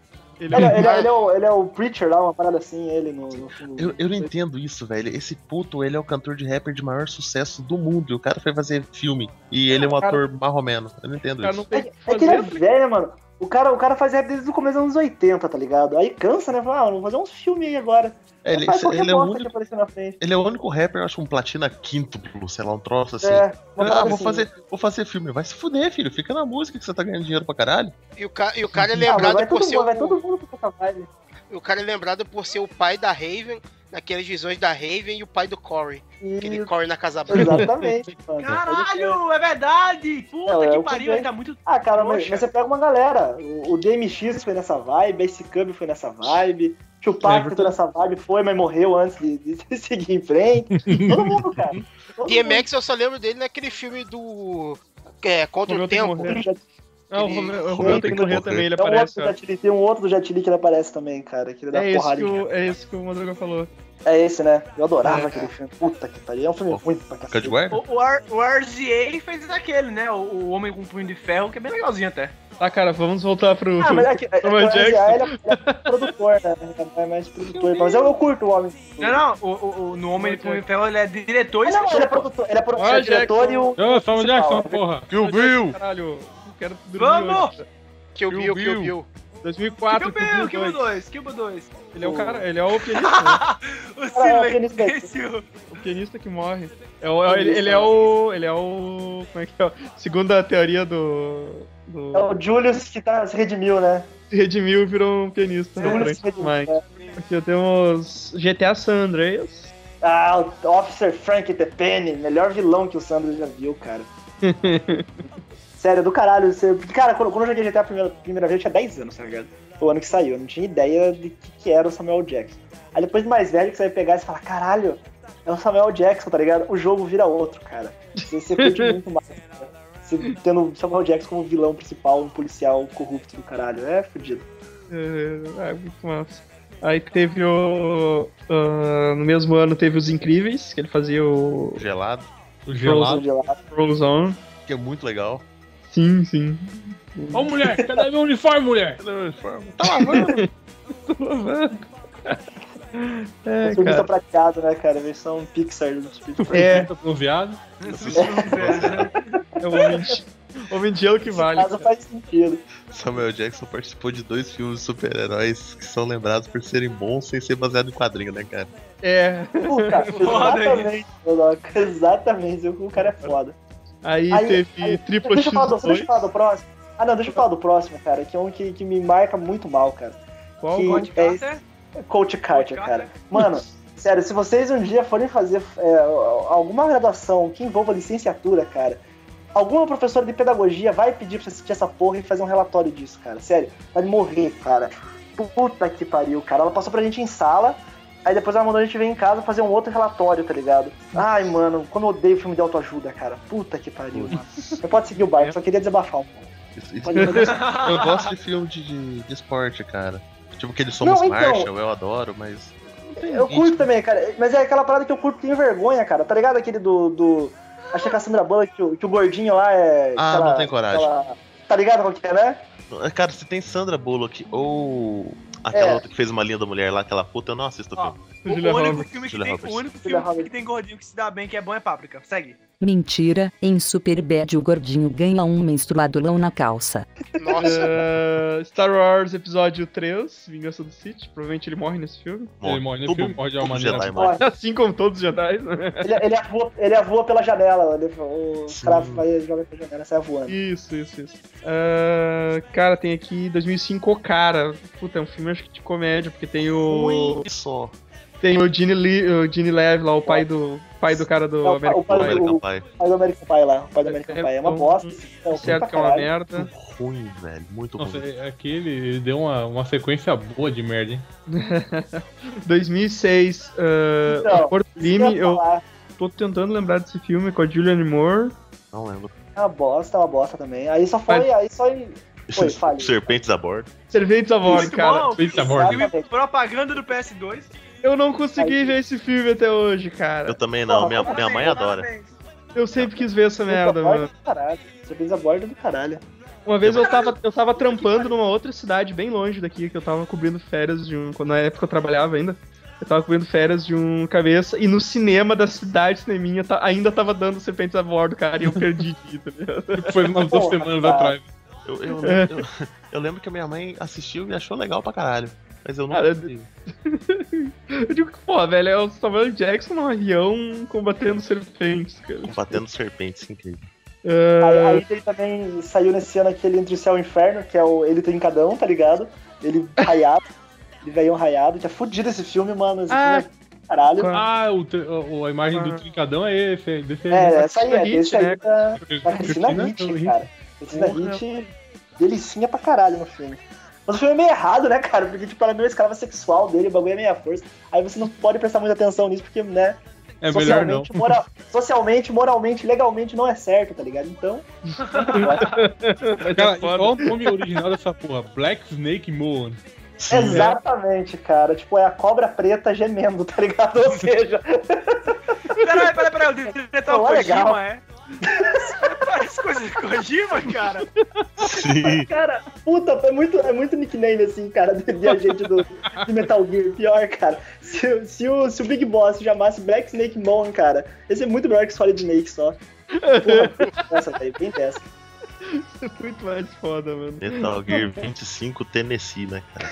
Ele, Ele, *laughs* ele- ele é o, ele é o Preacher lá, uma parada assim, ele no, no filme. Eu, eu não entendo isso, velho. Esse puto, ele é o cantor de rapper de maior sucesso do mundo. E o cara foi fazer filme. E ele é um ator marromeno. Eu não entendo cara não isso. tem o que É que ele é fazer. velho, mano. O cara, o cara faz rap desde o começo dos anos 80, tá ligado? Aí cansa, né? Fala, ah, vou fazer uns filmes aí agora. É, ele, faz qualquer ele é o bosta que único, aparecer na frente. ele é o único rapper, eu acho, um platina quíntuplo, sei lá, um troço assim. É, uma ah, parada vou, assim. fazer, vou fazer filme. Vai se fuder, filho. Fica na música que você tá ganhando dinheiro pra caralho. E o, ca- e o cara *laughs* é Ah, mas lembrado vai, por todo ser mundo, vai o... todo mundo pra essa vibe. o cara é lembrado por ser o pai da Raven, naquelas visões da Raven e o pai do Corey, aquele *laughs* E... Corey na Casa Branca. Exatamente. mano. Caralho, é verdade! Puta Tá Não, é o que que pariu, é. ele tá muito. Ah, cara, mas, Poxa. mas você pega uma galera. O, o DMX foi nessa vibe, Ice Cub foi nessa vibe, É Tupac verdade. foi nessa vibe, foi, mas morreu antes de, de *laughs* seguir em frente. Todo mundo, cara. é Todo mundo. DMX eu só lembro dele naquele filme do. É, Contra o Romeu tem que Tempo. morrer. Já- Ah, o Ele- Romeu, o Romeu Romeu tem tem que que morrer morrer. também, ele Tem um, é outro aparece. do ó. Jet Li, tem um outro do Jet Li que ele aparece também, cara. Que ele dá É esse, porrada que em o, é esse que o Madruga falou. É esse, né? Eu adorava É. aquele filme. Puta que pariu. É um filme Ó, ruim pra Fica de cacete. guarda? O, o, R- o RZA fez aquele, né? O, o Homem com Punho de Ferro, que é bem legalzinho até. Tá, cara, vamos voltar pro. Ah, mas é que é, é, Samuel mas é, Jackson. ele é, ele é produtor, né? É mais produtor. Mas eu, eu curto o homem. Não, não, o, o, o- no Homem com Punho de Ferro ele é diretor e Mas não, ele é escritor. produtor, ele é produtor, Samuel é diretor Jackson. e o. Ô, Samuel Jackson, Principal. porra. Kill Bill! Caralho, eu quero dormir Vamos! hoje. Que eu vi, Kill que eu Bill. vi. 2004, Kill Bill, Kill Bill 2. 2, Kill Bill 2. Ele é o cara, ele é o pianista, né? O Ah, aquele silêncio. O pianista que morre. É o, é o- ele, ele é o. Ele é o. Como é que é? Segundo a teoria do. do É o Julius que tá, se redimiu, né? se redimiu e virou um pianista. né, Julius durante se o redimiu. Mike. né? Aqui temos GTA San Andreas. Ah, o Officer Frank The Penny, melhor vilão que o Sandro já viu, *laughs* cara. Sério, do caralho. Você... Cara, quando, quando eu joguei GTA a primeira, primeira vez, eu tinha 10 anos, tá ligado? Foi o ano que saiu, eu não tinha ideia de que, que era o Samuel Jackson. Aí depois de mais velho, que você vai pegar e você fala, caralho, é o Samuel Jackson, tá ligado? O jogo vira outro, cara. Você, você *laughs* curte muito mais. cara. Você tendo o Samuel Jackson como vilão principal, um policial corrupto do caralho. É fudido. É, é muito massa. Aí teve o. ah, no mesmo ano teve Os Incríveis, que ele fazia o Gelado, O Ah, Frozen gelado. gelado. Frozen. que é muito legal. Sim, sim. Ô, mulher, cadê meu uniforme, mulher? Tá É, Surfista cara. prateado, né, cara? Versão Pixar do Speed. É, No um viado. é o homem de, homem de gelo é que vale. Caso cara. faz sentido. Samuel Jackson participou de dois filmes de super-heróis que são lembrados por serem bons sem ser baseado em quadrinho, né, cara? É. Puta, Foda exatamente, Lodoca, exatamente. O cara é foda. Aí, Aí- teve aí- Triplo deixa, eu falar do, deixa eu X2. falar do próximo. Ah, não, deixa eu falar do próximo, cara, que é um que, que me marca muito mal, cara. Qual? que- Pode É ficar, isso. né? É Coach Carter, Coach cara. Mano, sério, se vocês um dia forem fazer é, alguma graduação que envolva licenciatura, cara, alguma professora de pedagogia vai pedir pra você assistir essa porra e fazer um relatório disso, cara. Sério, vai morrer, cara. Puta que pariu, cara. Ela passou pra gente em sala, aí depois ela mandou a gente vir em casa fazer um outro relatório, tá ligado? Ai, mano, como eu odeio filme de autoajuda, cara. Puta que pariu, mano. Eu posso seguir o barco, só queria desabafar um pouco. Isso- isso- Pode *laughs* fazer. *laughs* eu gosto de filme de, de- de esporte, cara. Tipo aquele Somos Não, então- Marshall, eu adoro, mas. não tem Eu ritmo. curto também, cara. Mas é aquela parada que eu curto que tem vergonha, cara. Tá ligado aquele do. do... Acho que é a Sandra Bullock, que o, que o gordinho lá é. Ah, não tem coragem. aquela- Tá ligado qual que é, né? Cara, se tem Sandra Bullock ou aquela É. outra que fez uma linha da mulher lá, aquela puta, eu não assisto o Ó, filme. é O Julia único Roberts. filme que Julia tem, Roberts. o único Julia filme que tem gordinho que se dá bem, que é bom, é Páprica. Segue. Mentira, em Superbad o gordinho ganha um menstruadolão na calça. *laughs* Nossa, Eh, Star Wars Episódio 3, Vingança do Sith. Provavelmente ele morre nesse filme. *laughs* Ele morre no Todo- é um filme, morre de uma todo maneira- Jedi morre. Ó, Assim como todos os Jedi, né? ele, ele, avua, ele avua pela janela, ele, o Sim. cara vai joga pela janela, sai voando. Isso, isso, isso. Ah, cara, tem aqui 2005 O Cara. Puta, é um filme acho que de comédia, porque tem o. Ui, só. Tem o Gene, Le, o Gene Levy lá, o pai do pai do cara do É o pa- American o pai Pie. American o- Pie. Aí o American Pie lá, o pai do American É, Pie. É uma um- bosta. É um filme Certo pra que é uma caralho. merda. Ruim, velho. Muito Nossa, ruim. é que ele, ele deu uma, uma sequência boa de *laughs* merda, hein? 2006, ah, Então, O Corpo Isso que eu Crime. ia Eu falar. tô tentando lembrar desse filme com a Julianne Moore. Não lembro. É uma bosta, é uma bosta também. Aí só foi, aí só... é Oi, fale. Serpentes a bordo. Serventes a bordo, Muito cara. é bom. Eita, Exato. morre. Filme propaganda do PS2. Eu não consegui Aí- ver esse filme até hoje, Eu cara. também não. Porra, Minha, minha mãe adora. Eu sempre quis ver essa é Surpresa merda, mano. borda é do caralho. Surpresa borda do caralho. Uma vez eu tava, eu tava trampando numa outra cidade bem longe daqui, que eu tava cobrindo férias de um. quando Na época eu trabalhava ainda. Eu tava cobrindo férias de um cabeça e no cinema da cidade cineminha ta- ainda tava dando serpentes a bordo, cara, e eu perdi de ir, tá ligado? Foi umas duas Porra, semanas cara. atrás. Eu, eu, lembro, eu, eu lembro que a minha mãe assistiu e achou legal pra caralho. Mas eu não. Cara, Eu digo que, pô, velho, é o Samuel Jackson num avião combatendo serpentes, cara. um Batendo serpentes, incrível. Aí, Ah, aí ele também saiu nesse ano aquele Entre o Céu e o Inferno, que é o Ele Trincadão, tá ligado? Ele raiado, ele veio raiado, que é fudido esse filme, mano. Esse Ah, filme é caralho. Ah, o, tr- o- a imagem do Trincadão é esse. é Desse aí. é, essa aí, é, Hit, esse aí tá né? da, da Cristina Cristina Hit, Hit. cara. Cristina Porra. Hit, delicinha pra caralho no filme. Mas o filme é meio errado, né, cara? Porque, tipo, ela é meio escrava sexual dele, o bagulho é meia força. Aí você não pode prestar muita atenção nisso, porque, né, É melhor não. socialmente, moral- socialmente, moralmente, legalmente não é certo, tá ligado? Então, Cara, e qual o nome original dessa porra? Black Snake Moon. Né? Exatamente, cara. Tipo, é a cobra preta gemendo, tá ligado? *laughs* Ou seja, Peraí, peraí, peraí. O diretor Não, é legal. Kojima, é? Parece coisa de Kojima, cara. Sim. cara, puta, é muito, é muito nickname, assim, cara, de, de agente do, de Metal Gear. Pior, cara. Se, se o, se o Big Boss se chamasse Black Snake Moon, cara, ia ser muito melhor que Solid Snake só. Porra, bem dessa, velho, bem dessa. é muito mais foda, mano. Metal Gear *laughs* 25 Tennessee, né, cara?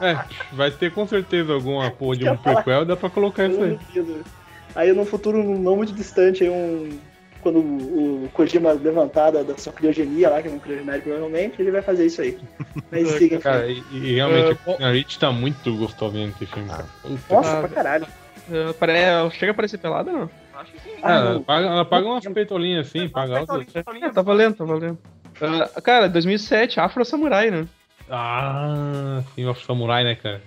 É, vai ter com certeza alguma porra de Eu um ia falar. prequel, dá pra colocar Eu isso não *laughs* aí. duvido. Aí num futuro não muito distante, aí um. Quando o o Kojima levantar da, da sua criogenia lá, que é um criogenético provavelmente, ele vai fazer isso aí. *laughs* Mas siga, cara. Cara, e, e realmente, É, a gente tá muito gostosinho nesse filme, cara. Puta. Nossa, pra caralho. Ah, pare- Chega a parecer pelada, não? Acho que sim. Ah, Ah, ela não. paga, ela paga umas peitolinhas assim, paga altas. É, tá valendo, tá valendo. Ah, cara, 2007, Afro Samurai, né? Ah, sim, o Samurai, né, cara?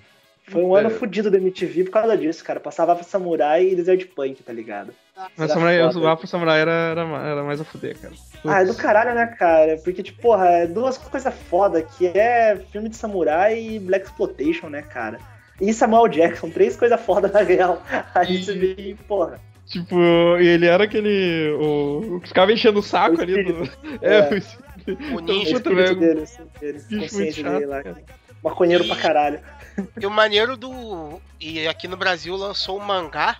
Foi um ano É. fudido da MTV por causa disso, cara. Passava Samurai e Desert Punk, tá ligado? Mas Era samurai, foda. o Afro Samurai era, era, ma- era mais a fuder, cara. Ah, é do caralho, né, cara? Porque, tipo, porra, é duas coisas foda, que é filme de samurai e Black Exploitation, né, cara? E Samuel Jackson, três coisas foda na real. Aí E- você vê, que, porra. Tipo, e ele era aquele. O, o que ficava enchendo o saco O ali do. É. *laughs* É, o espírito. o O Bicho ninja. muito espírito velho. dele, assim, dele, Bicho consciência muito dele lá. chato, Maconheiro E- pra caralho. E o maneiro do. E aqui no Brasil lançou um mangá.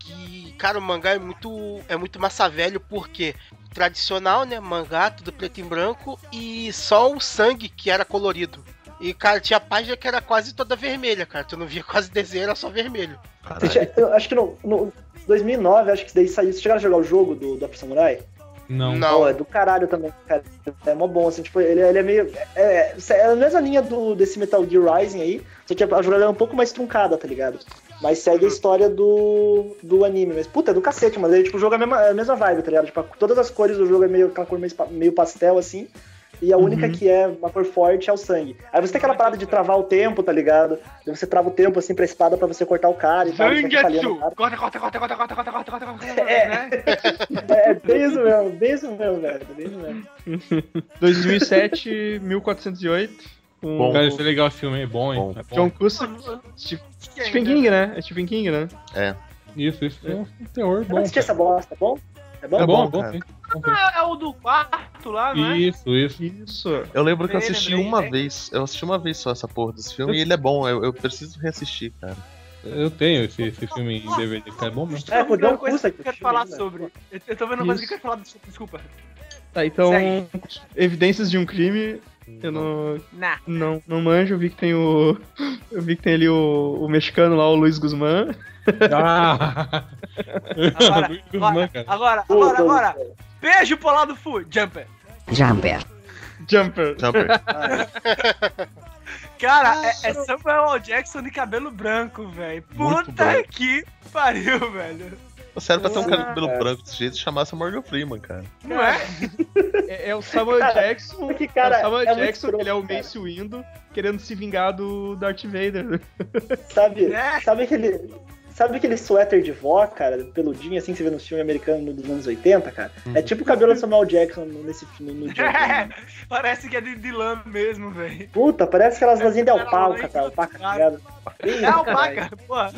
Que, cara, o mangá é muito. É muito massa velho, porque tradicional, né? Mangá, tudo preto e branco. E só o sangue que era colorido. E, cara, tinha página que era quase toda vermelha, cara. Tu não via quase desenho, era só vermelho. Você Caralho. tinha- eu acho que no, no 2009, acho que daí saiu. Vocês chegaram a jogar o jogo do, do Afro Samurai? Não. Pô, é do caralho também, cara. É mó bom, assim, tipo, ele, ele é meio. É, é- é a mesma linha do, desse Metal Gear Rising aí, só que a jogada é um pouco mais truncada, tá ligado? Mas segue Uhum. a história do, do anime. Mas, puta, é do cacete, mas ele, tipo, o jogo é a mesma, é a mesma vibe, tá ligado? Tipo, todas as cores do jogo é meio aquela cor meio, pa- meio pastel, assim. E a Uhum. única que é uma cor forte é o sangue. Aí você tem aquela parada de travar o tempo, tá ligado? Aí você trava o tempo, assim, pra espada pra você cortar o cara e tal. você fica ali no Zangetsu! cara. Corta, corta, corta, corta, corta, corta, corta, corta, corta, É. né? É, é bem isso mesmo, bem isso mesmo, velho. Bem isso mesmo. *laughs* 2007, 1408. Com Bom. Cara, isso é legal esse filme, é bom, hein? Bom. É John bom. Cusack. Stephen Stephen King, né? É Stephen King, né? Isso, isso é um terror Não bom. assistir essa bosta, tá bom? É bom? É bom, é bom, bom, cara. sim. Ah, é o do quarto lá, não é? Isso, isso. Isso. Eu lembro que Lembrei, eu assisti lembrei, uma né? é. vez. Eu assisti uma vez só essa porra desse filme e ele é bom. Eu, eu preciso reassistir, cara. Eu tenho esse, esse filme em DVD, cara. É *laughs* bom mesmo. É, Tô pô, vendo deu um coisa custa que eu quero falar sobre. Eu, eu tô vendo uma coisa que eu quero falar, des- desculpa. Tá, então, Segue. evidências de um crime. Eu não, Nah. não, não manjo, eu vi que tem o. *laughs* Eu vi que tem ali o, o mexicano lá, o Luiz Guzmán. Ah! *laughs* Agora, Luiz Guzmán, agora, cara. agora, agora, agora. Beijo pro lado fu, Jumper. Jumper. Jumper. *laughs* Jumper. Cara, é, é Samuel L. Jackson de cabelo branco, velho. Muito Puta branco. que pariu, velho. Você era pra ter um Ah. cabelo branco desse jeito e chamasse o Morgan Freeman, cara. Não é? É, é o Samuel Jackson. que, cara, é o Samuel é muito Jackson, que ele é o escroto, cara. Mace Windu, querendo se vingar do Darth *laughs* Vader. Sabe, É. sabe aquele. Sabe aquele suéter de vó, cara, peludinho assim que você vê nos filmes americanos dos anos 80, cara? Uhum. É tipo o cabelo do Samuel Jackson nesse filme *laughs* no Joker. Parece que é de, de lã mesmo, velho. Puta, parece aquelas lãzinhas de Era alpaca, lã cara. Alpaca, tá infiltrada. ligado? É alpaca, porra.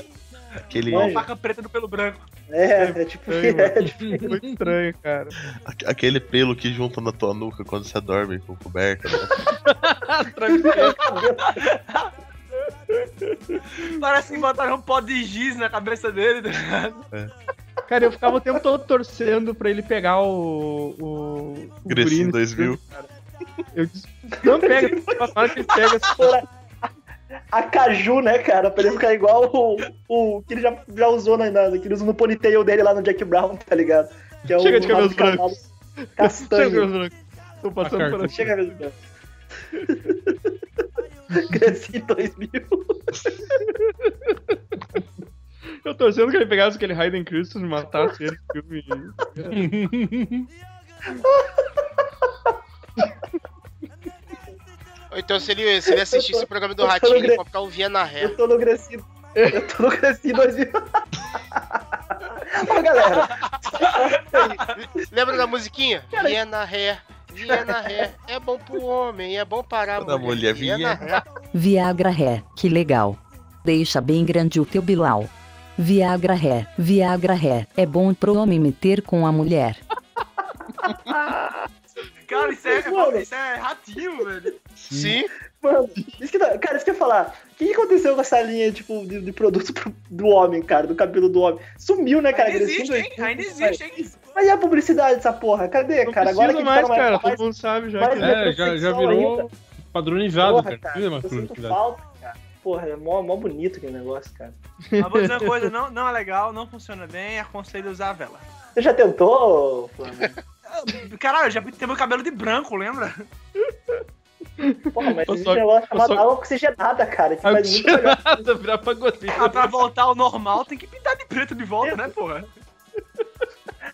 Aquele, Manja. Alpaca preta do pelo branco. É, é tipo. É, mano. É, tipo Muito estranho, cara. aque- aquele pelo que junta na tua nuca quando você dorme com coberta. né? Parece que botaram um pó de giz na cabeça dele, tá ligado? Cara, eu ficava o tempo todo torcendo pra ele pegar o. O. o guri Grecinho nesse 2000. filme. Eu disse, não pega, *laughs* na hora que ele pega, assim, a Caju, né, cara? Pra ele ficar igual o, o que ele já, já usou na, na, que ele usa no ponytail dele lá no Jack Brown, tá ligado? Que é Chega o de cabelos rabo cavalo tá *laughs* chega, Castanho. meus brancos. Tô passando por Chega mesmo. cara. Cresci em 2000. Eu torcendo que ele pegasse aquele Hayden Christensen e matasse ele no filme. Ou Então, se ele, se ele assistisse o programa do Ratinho, ele pode ficar ouvindo na ré. Eu tô no Cresci. Eu tô no Cresci em 2000. Ô, galera. Lembra da musiquinha? Viena Ré, Viena Ré. É bom pro homem, é bom para a Pra mulher, mulher. Viena Ré. Viagra Ré, que legal. Deixa bem grande o teu bilau. Viagra Ré, Viagra Ré, é bom pro homem meter com a mulher. Cara, isso é, Mano. isso é ratinho, velho. Sim, Mano, isso que, tá- cara, isso que eu ia falar. O que que aconteceu com essa linha tipo, de, de produto pro- do homem, cara? Do cabelo do homem? Sumiu, né, cara? Ainda Cresci em existe, hein? 2000, Ainda cara. existe, hein? Mas e a publicidade dessa porra? Cadê, Não cara? Agora que precisa a gente mais, tá numa cara. época Todo mundo sabe já mais que É, já, já virou padronizado, cara. Porra, cara, Não precisa mais eu sinto publicidade. falta, cara. Porra, é mó, mó bonito aquele negócio, cara. Mas vou dizer uma coisa, não, não é legal, não funciona bem, aconselho a usar a vela. Você já tentou, Flamengo? Caralho, eu já pintei meu cabelo de branco, lembra? Porra, mas Eu existe só- um negócio eu chamado só- água oxigenada, cara, Tipo, que faz muito melhor. *laughs* Nada, virar pagodeiro. Ah, pra voltar ao normal, tem que pintar de preto de volta, né, porra?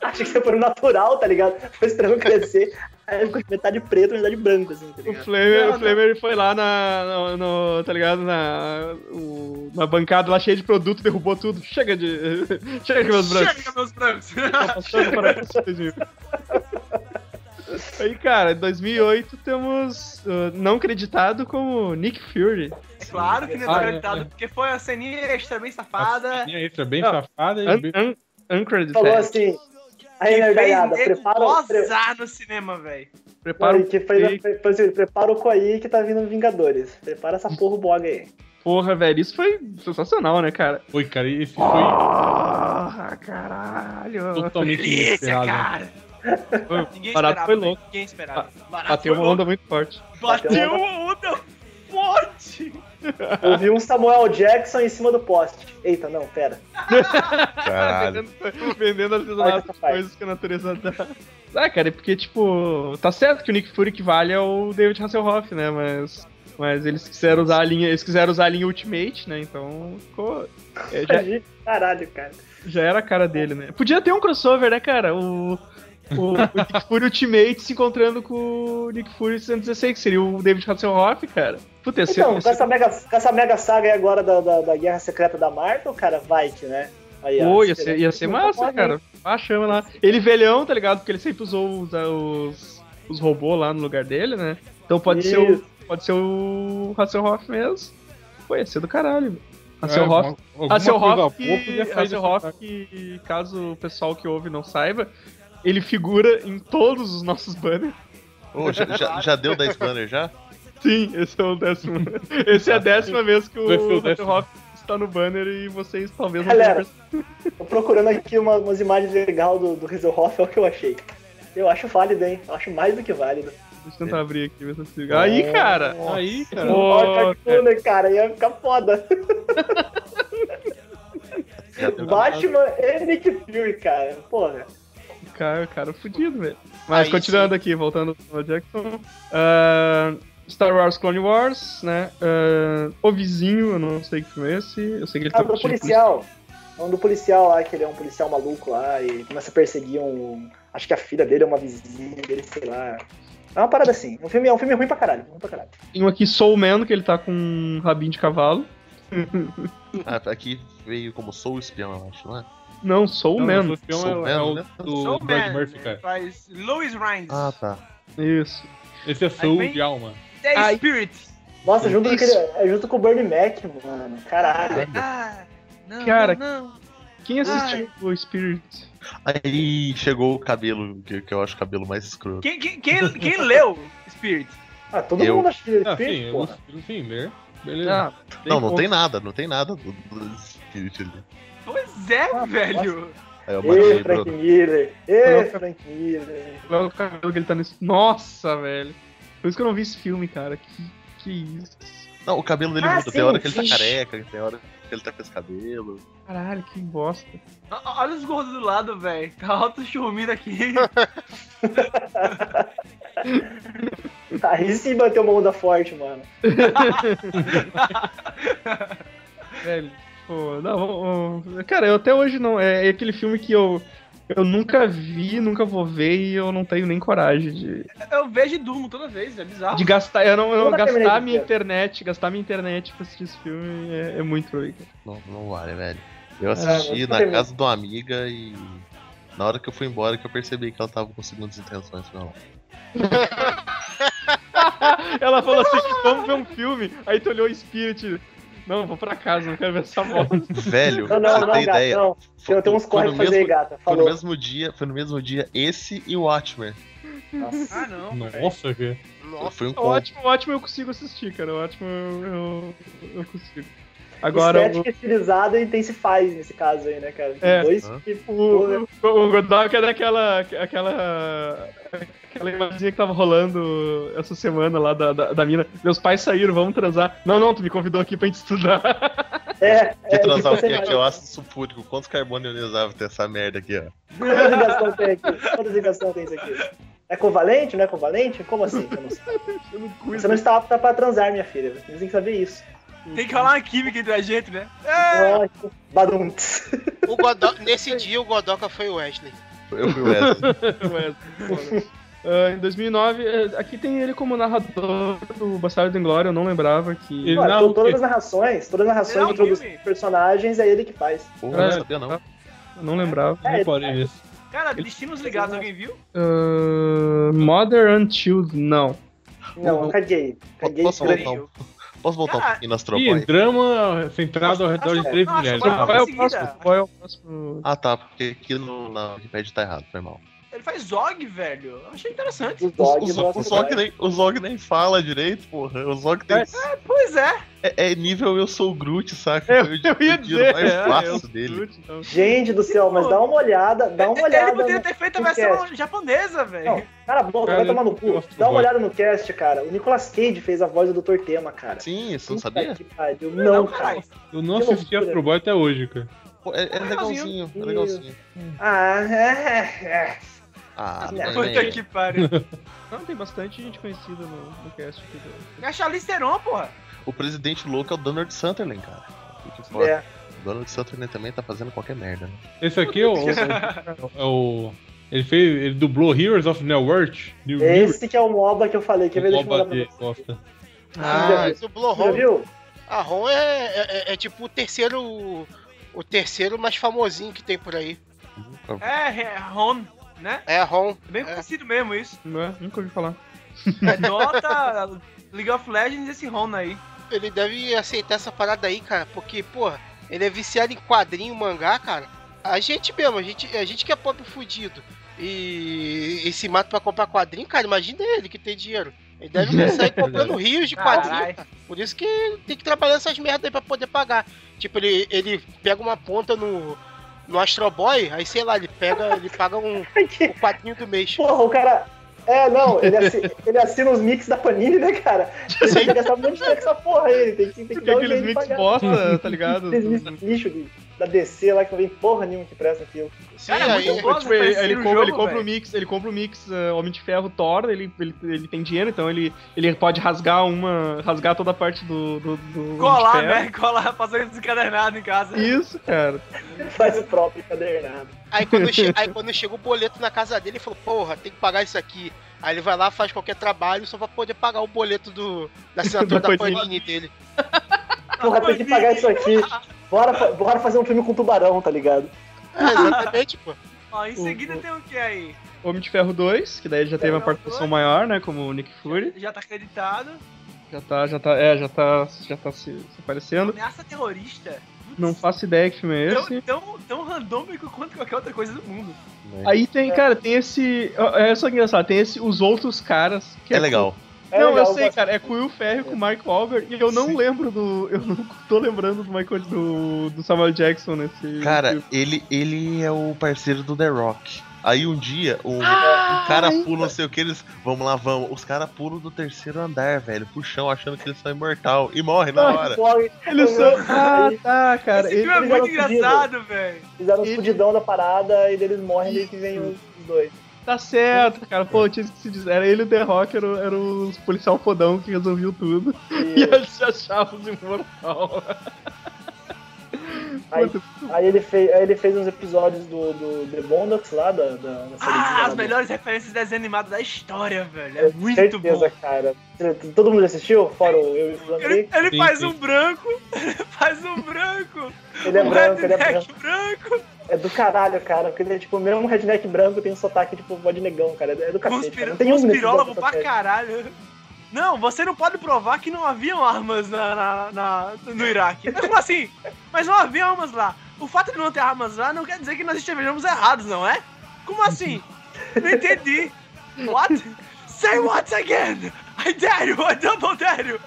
Achei que você foi no natural, tá ligado? Foi esperando crescer, *laughs* aí ficou de metade preto, metade branco, assim, tá O ligado? Flamer, É. Não, o Flamer ele foi lá na, no, no- tá ligado? Na, o- na bancada lá cheia de produto, derrubou tudo. Chega de. *laughs* Chega de *laughs* meus brancos. Chega, cabelos *laughs* brancos. Passando para os 2000. Aí, cara, em 2008 temos uh, não creditado como Nick Fury. claro que não Ah, tá é, acreditado, é. porque foi uma ceninha extra bem safada. Minha extra bem Não. safada e bem- Un, un, Falou uncredited. É, assim, aí, gargalhada, nego prepara... Pre... gozar no cinema, velho. Prepara um o que fez, fake. foi assim, prepara o Koi que tá vindo Vingadores. Prepara essa porra o Bog aí. Porra, velho, isso foi sensacional, né, cara? Foi, cara, esse foi Porra, caralho. totalmente Delícia, inesperado. né? cara. Foi- *laughs* Ninguém Barato esperava, foi velho, louco. Ah, Ninguém esperava. Barato Bateu foi uma onda muito forte. louco. Bateu uma onda forte. Eu vi um Samuel Jackson em cima do poste. Eita, não, pera. *laughs* Caralho. vendendo, vendendo artesanato de coisas que a natureza dá. Ah, cara, é porque, tipo, tá certo que o Nick Fury que vale é o David Hasselhoff, né? Mas, mas eles quiseram usar a linha. Eles quiseram usar a linha Ultimate, né? Então ficou. é, já, Caralho, cara. já era a cara dele, né? Podia ter um crossover, né, cara? O. O, o Nick Fury Ultimate se encontrando com o Nick Fury 116, que seria o David Hasselhoff, cara. Puta, ia ser- Então, ia com ser essa, mega, com essa mega saga aí agora da, da, da Guerra Secreta da Marvel, cara, vai que, né? Aí, ó, tá Pô, ia ser, ia esperando. ser massa, cara. A chama lá. Ele velhão, tá ligado? Porque ele sempre usou os, ah, os, os robôs lá no lugar dele, né? Então pode ser o. Isso. Pode ser o Hasselhoff mesmo. Pô, ia ser do caralho. É, Hasselhoff. alguma- alguma coisa Hasselhoff, pouco que, já faz Hasselhoff essa- que, caso o pessoal que ouve não saiba, Ele figura em todos os nossos banners. Ô, já, já, já deu 10 banner já? Sim, esse é *laughs* o décimo. esse é a décima vez que Vai ser o o décimo. Hop está no banner e vocês talvez não Galera, tenham tô procurando aqui uma- umas imagens legais do, do Hasselhoff, é o que eu achei. Eu acho válido, hein? Eu acho mais do que válido. percebido. Deixa eu tentar abrir aqui, ver se eu consigo. Aí, cara! Aí, cara. Pô, Olha Kakuna, tá né, cara, ia ficar foda. Já deu. Batman e Nick Fury, cara. é um Porra. Cara, cara fudido, velho. Mas Aí continuando aqui, voltando ao Jackson. ah, Star Wars Clone Wars, né? ah, o Vizinho, eu não sei que filme é esse. Eu sei que ele Ah, tá do fugindo por policial. É Um do policial lá, que ele é um policial maluco lá e começa a perseguir um. Acho que a filha dele é uma vizinha dele, sei lá. É uma parada assim. É um filme, é um filme ruim pra caralho. Ruim pra caralho. isso. Tem um aqui Soul Man, que ele tá com um rabinho de cavalo. Ah, tá aqui veio como Soul Espião, eu acho, não é? Não, Soul Não, Man. mas O Sou filme é, é o Man, né? do Soul Brad Man, Murphy, cara. Faz Louis Rhines. Ah, tá. Isso. Esse é Soul vem- de alma. The Ai. Spirit. Nossa, junto com, Isso. aquele, é junto com o Bernie Mac, mano. Caralho. Ah, não, Cara, não, não. Quem assistiu o Spirit? Aí chegou o cabelo, que, que eu acho o cabelo mais escuro. Quem, quem, quem, quem leu Spirit? Ah, todo Eu- mundo acha que Ah, é sim, feio, eu- porra. enfim, né? beleza. Ah, Não, não como. tem nada, não tem nada do, do Spirit ali. Pois é, Ah, velho. Aí eu Ê, matei, Frank Bruno. Miller. Ê, Coloca- Frank Miller. Olha o cabelo que ele tá nesse. Nossa, velho. Por isso que eu não vi esse filme, cara. Que, que isso. Não, o cabelo dele Ah, muda. sim, Tem hora que ele tá sim. careca, tem hora que ele tá com esse cabelo. Caralho, que bosta. O- o- Olha os gordos do lado, velho. Tá alto churrumiro *laughs* aqui. Aí sim bateu uma onda forte, mano. Velho, pô, não, ô, ô, cara, eu até hoje não. É, é aquele filme que eu, eu nunca vi, nunca vou ver e eu não tenho nem coragem de, Eu vejo e durmo toda vez, é bizarro. de gastar. Eu não, eu não- Ah. Nunca terminei gastar de minha ver. internet, gastar minha internet pra assistir esse filme é, é muito ruim. cara. Não, não vale, velho. Eu Caralho, assisti eu na também. casa de uma amiga e. Na hora que eu fui embora, que eu percebi que ela tava com segundas intenções, *laughs* não. Ela falou assim: vamos ver um filme. Aí tu olhou o Spirit. Não, vou pra casa, não quero ver *laughs* essa bosta. Velho, Não, pra não, você não, ter gato, ideia. não. foi- Tem, tem uns foi corre no pra fazer aí, mesmo- gata. Foi no Falou. mesmo dia, foi no mesmo dia esse e o Watchmen. Nossa. Ah, não. velho. Nossa, cara. Nossa, Foi um combo. Ótimo, ótimo eu consigo assistir, cara. Ótimo eu, eu, eu consigo. Agora. o- Estética estilizada intensifies nesse caso aí, né, cara? Tem É. dois Hã? tipos. O, o, o Godok era aquela, aquela, aquela imagem que tava rolando essa semana lá da, da, da mina. Meus pais saíram, vamos transar. Não, não, tu me convidou aqui pra gente estudar. *laughs* É, *laughs* Que é, transar o tipo, quê? você Aqui é o ácido sulfúrico. Quantos carbono ionizável tem essa merda aqui, ó? Quantas ligações tem aqui? Quantas ligações tem isso aqui? É covalente? Não é covalente? Como assim? Eu não sei. Você não está apta pra transar, minha filha. Você tem que saber isso. Tem que rolar uma química entre a gente, né? Nossa, Badunts. o Godoka, nesse dia o Godoka foi o Wesley. Eu fui o *laughs* Wesley. Ah, em 2009, eh, aqui tem ele como narrador do Bastardo da Glória, eu não lembrava que... Ele Ué, narra o todas quê? as narrações, todas as Ele é narrações um de introdução filme. dos personagens é ele que faz. Pô, não sabia não. Eu não lembrava. Não reparei nisso. Cara, destinos ligados, alguém viu? Ah, Mother Until... não. Não, Eu- caguei. Caguei Posso grande. voltar, um- posso voltar um Ah, Cara, pouquinho nas E tropas? drama centrado ao redor de Nossa, três nossa, mulheres. mano. Ah, Qual é o seguida. próximo? Qual é o próximo? Ah tá, porque aqui no, na Wikipedia tá errado, foi mal. Ele faz Zog, velho. Eu achei interessante. O O, Zog o, mostra o, Zog mais. nem, o Zog nem fala direito, porra. O Zog tem. Pois é. É, é nível eu sou o Groot, saca? Eu- Foi o eu ia tiro dizer, mais é, fácil eu- dele. Então, Gente do céu, mas dá uma olhada, dá uma olhada. É, né? é. Ele poderia no- ter feito a no versão cast. japonesa, velho. Não, cara, boca, vai Cara, tomar no eu cu. gosto do Dá uma Zog. olhada no cast, cara. O Nicolas Cage fez a voz do Dr. Tema, cara. Sim, você não Puta sabia? que pariu. Não, cara. caralho. Eu não Que assisti loucura. Astro Boy até hoje, cara. Pô, é, é legalzinho, é legalzinho. Ah, é, é. Ah, Puta Puta também. que *laughs* pariu. não, tem bastante gente conhecida no, no cast aqui. do- É a Charlize Theron, porra. O presidente louco é o Donald Sutherland, cara. Que foda. é. O Donald Sutherland também tá fazendo qualquer merda, né? Esse aqui é o, *laughs* é o- Ele fez. Ele dublou Heroes of New World. New Heroes. Esse que é o MOBA que eu falei. Quer ver? Deixa eu Oba mandar pra de você. Costa. Ah, Mas o Bloron, Já viu? a Ron é, é- é- é tipo o terceiro. O terceiro mais famosinho que tem por aí. É, é Ron, né? É a Ron. É Bem É. conhecido mesmo isso. Não é? Nunca ouvi falar. Nota League of Legends e esse Ron aí. Ele deve aceitar essa parada aí, cara. Porque, porra, ele é viciado em quadrinho, mangá, cara. A gente mesmo, a gente, a gente que é pobre fudido. e, e se mata pra comprar quadrinho, cara, imagina ele que tem dinheiro. Ele deve sair comprando rios de quadrinho. Caralho. cara. Por isso que tem que trabalhar essas merdas aí pra poder pagar. Tipo, ele, ele pega uma ponta no, no Astro Boy, aí sei lá, ele pega, ele paga *laughs* um, o quadrinho do mês. Porra, o cara. É, não, ele *laughs* assina, ele assina os mix da Panini, né, cara? Ele tem que gastar muito dinheiro com essa porra aí, ele tem, que- tem que Porque dar um aqueles jeito de mix pagar. bosta, tá ligado? Aqueles mix lixo de- da DC lá que não vem porra nenhuma que presta aquilo. Sim, Cara, é aí- *laughs* muito bom. Tipo, ele, ele Terceiro compra, ele jogo, compra o velho. mix, ele compra o mix eh, Homem de Ferro Thor, ele, ele, ele tem dinheiro, então ele, ele pode rasgar uma. rasgar toda a parte do. do, do Homem de Colar, Ferro. né? Colar, fazer desencadernado em casa. Isso, cara. Faz o próprio encadernado. Aí quando, che- aí quando chega o boleto na casa dele, ele falou, porra, tem que pagar isso aqui. Aí ele vai lá, faz qualquer trabalho, só pra poder pagar o boleto do, da assinatura Da da Panini. Panini dele. Porra, tem que pagar isso aqui. Bora, fa- bora fazer um filme com tubarão, tá ligado? É, exatamente, pô. Ó, em O- seguida o- tem o que aí? Homem de Ferro 2, que daí já teve uma Ferro participação 2. maior, né? Como o Nick Fury. Já tá acreditado. Já tá, já tá. É, já tá. Já tá se, se aparecendo. Ameaça terrorista. Não faço ideia que filme é esse. Tão, tão, tão randômico quanto qualquer outra coisa do mundo. Aí tem, cara, tem esse. É só engraçado, tem esse Os Outros Caras. Que É legal. É não, legal, eu sei, gosto. cara. É com o Will Ferry, com o Mark Wahlberg, e eu não lembro do... Eu não tô lembrando do Michael... Do, do Samuel Jackson nesse... Cara, filme. ele, ele é o parceiro do The Rock. Aí um dia, um, um cara pula, não sei o que, eles. Vamos lá, vamos. Os caras pulam do terceiro andar, velho, pro chão, achando que eles são imortal. E morre na hora. Porra, Eles são... Ah, tá, cara. é Esse Ele... filme é eles muito eram fodidos. engraçado, velho. Fizeram um Ele- fudidão da parada e deles morrem e que vem os dois. Tá certo, cara. Pô, eu tinha que se dizer. Era ele e o The Rock, era, o- era o policial fodão que resolviu tudo. E E *laughs* eles se achavam os imortal. Aí- Puta, aí, ele fez, aí ele fez uns episódios do, do The Bondox lá, da, da, da é sériezinha Ah, lá as do- melhores referências de desenho animado da história, velho. É Com muito certeza, bom. cara. Todo mundo assistiu? Fora o eu e o Flamengo. Ele, ele Sim, faz sim. um branco, *laughs* ele faz um branco, Ele é um branco, ele é branco. redneck branco, É do caralho, cara. Porque ele é tipo, mesmo um redneck branco tem um sotaque tipo voz de negão, cara. É do cacete. cara. conspira, Não tem um desses conspirólogo dessa pra série. caralho. Não, você não pode provar que não haviam armas na, na- na- no Iraque. Mas Como assim? Mas não havia armas lá. O fato de não ter armas lá não quer dizer que nós estejamos errados, não é? Como assim? Não entendi. What? Say what again? I dare you, I double dare you.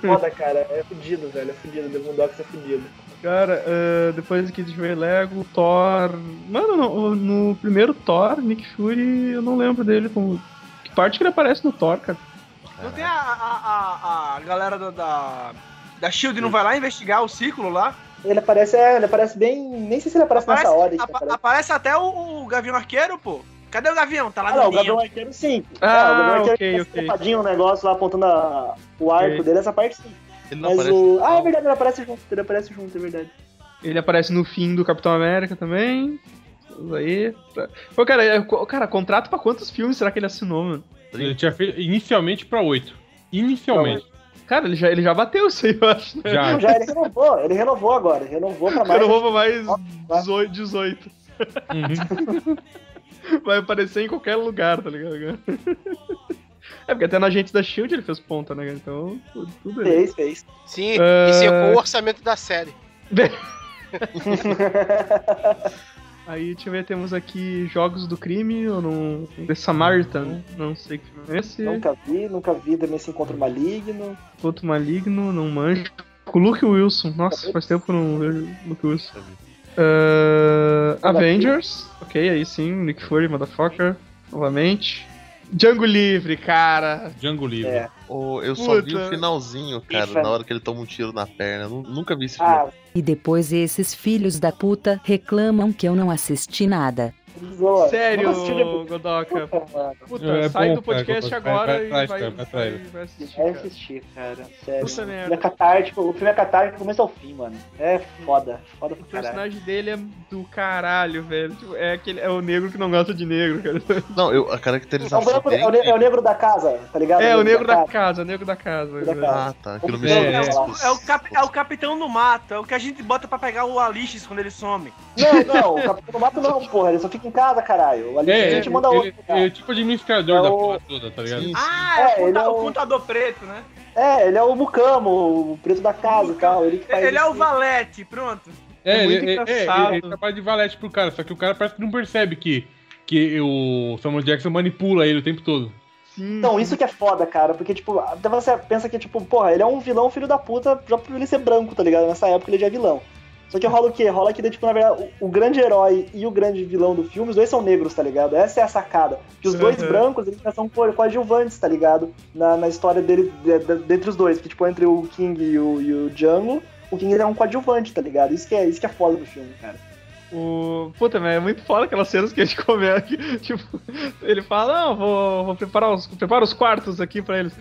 Foda, cara. É fudido, velho. É fudido. The Boondocks é fudido. Cara, eh, depois aqui de ver Lego, Thor. Mano, no, no primeiro Thor, Nick Fury, eu não lembro dele como. Que parte que ele aparece no Thor, cara? Não É. tem a, a, a, a galera da, da, da Shield não vai lá investigar o círculo lá? Ele aparece, é, ele aparece bem. Nem sei se ele aparece, Aparece, tá nessa ordem. que apa- aparece. aparece até o, o Gavião Arqueiro, pô. Cadê o Gavião? Tá lá Ah, no não, o ninho. Gavião Arqueiro sim. Ah, é, o Gavião ok, tá ok. trepadinho, um negócio lá apontando a- o arco Ok. dele, essa parte sim. Ele não Mas aparece. o. Ah, é verdade, ele aparece junto. Ele aparece junto, é verdade. Ele aparece no fim do Capitão América também. Isso Aí. tá. Ô, cara, é- co- cara, contrato pra quantos filmes será que ele assinou, mano? Ele tinha feito inicialmente pra oito. Inicialmente. Cara, ele já, ele já bateu isso aí, eu acho. Né? Já. Não, *laughs* já ele renovou, ele renovou agora. Renovou *laughs* pra mais. Cara, rouba mais Ó, vai. 18, 18. Uhum. Vai aparecer em qualquer lugar, tá ligado? cara? *laughs* É porque até na gente da Shield ele fez ponta, né? cara? Então, tudo- tudo é. Fez, fez. Sim, É. e secou o orçamento da série. Aí, deixa eu ver, temos aqui Jogos do Crime, ou não. The Samaritan, não sei que filme é esse. Nunca vi, nunca vi também esse encontro maligno. Outro Maligno, não manjo. Com o Luke Wilson, nossa, faz tempo que eu não vejo o Luke Wilson. Ah, Avengers, ok, aí sim, Nick Fury, motherfucker, novamente. Django Livre, cara. Django Livre. É. Ô, eu só vi Puta. o finalzinho, cara, Pifa. na hora que ele toma um tiro na perna. Eu nu- Nunca vi esse filme. Ah, E depois esses filhos da puta reclamam que eu não assisti nada. zoa. Sério, Nunca assisti depois. Godoka. Puta, é mano. Puta, É sai bom, do podcast cara, agora vai- vai e atrás, vai, cara, vai atrás. vai- vai assistir, Vai cara. assistir, cara. Sério. Puta mano. merda. Ele é catártico, o filme é catártico do começo ao fim, mano. É foda, foda O pra caralho. personagem dele é do caralho, velho. Tipo, É, aquele, é o negro que não gosta de negro, cara. Não, eu, a É o, caracterização. branco- dele- é o ne- é o negro da casa, tá ligado? É, o negro da casa, o negro da casa. é Da velho. casa. Ah, tá. Aquilo me É, sobrou. é. É, o cap- é o capitão do mato, é o que a gente bota pra pegar o Alix quando ele some. Não, não, o Capitão do Mato não, porra. Ele só fica em casa, caralho. O Alice É, a ele, gente manda ele, outro, cara. ele é tipo administrador É da o- porra toda, tá ligado? Sim, Ah, é, É, o, ele ponta- é o o- pontador preto, né? É, ele é o Mucamo, o preto da casa e tal. Ele que faz Ele é o isso. valete, pronto. É, É ele, muito é, é, engraçado. tipo, ele- ele trabalha de valete pro cara, só que o cara parece que não percebe que que o Samuel Jackson manipula ele o tempo todo. Uhum. Então, isso que é foda, cara, porque, tipo, até você pensa que, tipo, porra, ele é um vilão filho da puta, já por ele ser branco, tá ligado? Nessa época ele já é vilão. Só que rola o quê? Rola que, daí, tipo, na verdade, o, o grande herói e o grande vilão do filme, os dois são negros, tá ligado? Essa é a sacada. Que os dois Uhum. brancos, eles já são co- coadjuvantes, tá ligado? Na, na história dele, de- de- dentre os dois, que, tipo, entre o King e o, e o Django, o King é um coadjuvante, tá ligado? Isso que é, isso que é foda do filme, cara. O... Puta, mas é muito foda aquelas cenas que a gente *laughs* começa aqui. Tipo, ele fala, não, vou, vou preparar os, preparo os quartos aqui pra eles.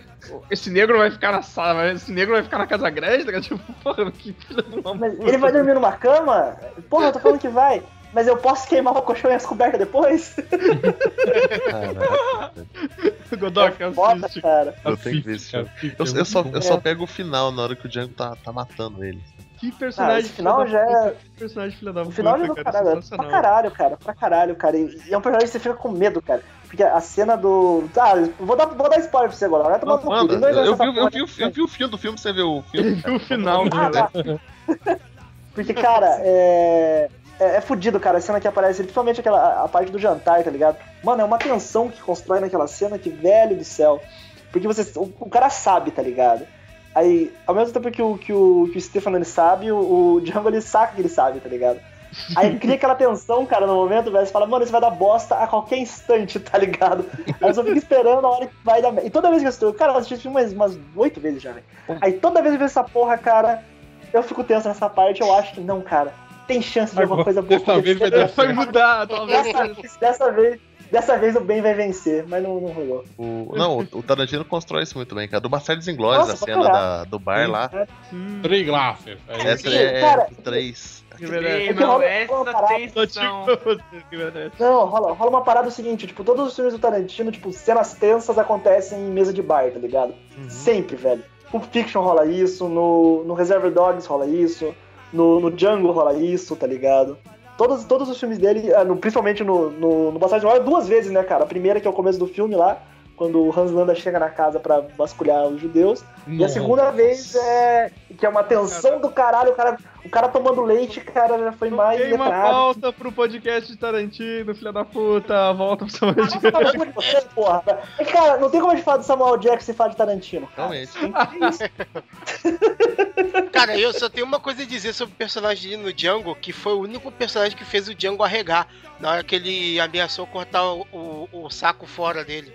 Esse negro vai ficar na sala, esse negro vai ficar na casa grande, tá ligado? *laughs* Tipo, porra, que filho de uma Mas ele vai dormir numa cama? Porra, eu tô falando que vai. Mas eu posso queimar o colchão e as cobertas depois? Godoc, É é Foda, assiste. cara. Ah. Tá Eu tenho que ver esse filme. Eu, É eu só, eu só pego o final na hora que o Django tá, tá matando ele. Que Ah, personagem esse final filha já da é. puta, Que personagem filha da O final é do puta, cara, caralho, é pra sensacional. caralho, cara, pra caralho, cara. E e é um personagem que você fica com medo, cara. Porque a cena do. Ah, vou dar, vou dar spoiler pra você agora, vai tomar Não, no cu. manda. Tem dois anos Eu essa vi, eu, porra. vi, o- eu vi o filme do filme, você vê o filme. E *laughs* o final, Ah, né? tá. Porque, cara, é. É, é fudido, cara, a cena que aparece, principalmente aquela a- a parte do jantar, tá ligado? Mano, é uma tensão que constrói naquela cena que, velho do céu. Porque você, o, o cara sabe, tá ligado? Aí, ao mesmo tempo que o, que o, que o Stefano ele sabe, o, o Django ele saca que ele sabe, tá ligado? Aí cria aquela tensão, cara, no momento, velho. Você fala, mano, isso vai dar bosta a qualquer instante, tá ligado? Aí eu só fico esperando a hora que vai dar. merda. E toda vez que eu estou. Cara, eu assisti esse filme umas- umas oito vezes já, velho. Aí toda vez que eu vejo essa porra, cara, eu fico tenso nessa parte. Eu acho que não, cara. Tem chance de alguma coisa boa Dessa vez vai acontecer. dar Vai mudar, talvez. Dessa, dessa vez. Dessa vez o bem vai vencer, mas não, não rolou. O, não, o- o Tarantino constrói isso muito bem, cara. Do Bastardos Inglórios, Nossa, a pra cena caralho. da- do bar lá. Sim. Três glasses. É isso. Essa é, Cara, é três. Hum, Que verdade. Irmão, É rola- rola essa parada, tipo- Só digo tensão. pra você, que verdade. Não, rola, rola uma parada seguinte, tipo, todos os filmes do Tarantino, tipo, cenas tensas acontecem em mesa de bar, tá ligado? Sempre, velho. Pulp Fiction rola isso, no, no Reservoir Dogs rola isso, no, no Django rola isso, tá ligado? Todos, todos os filmes dele, ah, no- principalmente no, no, no Bastardos Inglórios, duas vezes, né, cara? A primeira que é o começo do filme lá, quando o Hans Landa chega na casa pra vasculhar os judeus. E a Nossa. segunda vez é que é uma tensão do caralho, o cara, o cara tomando leite, cara, já foi mais Tem uma letrado. pauta pro podcast de Tarantino, filha da puta. Volta *laughs* pro Samuel Nossa, tá falando de você, porra. Mas, cara, não tem como a gente falar de Samuel Jackson e falar de Tarantino. cara. Realmente. Cara, eu só tenho uma coisa a dizer sobre o personagem dele no Django, que foi o único personagem que fez o Django arregar na hora que ele ameaçou cortar o, o- o saco fora dele.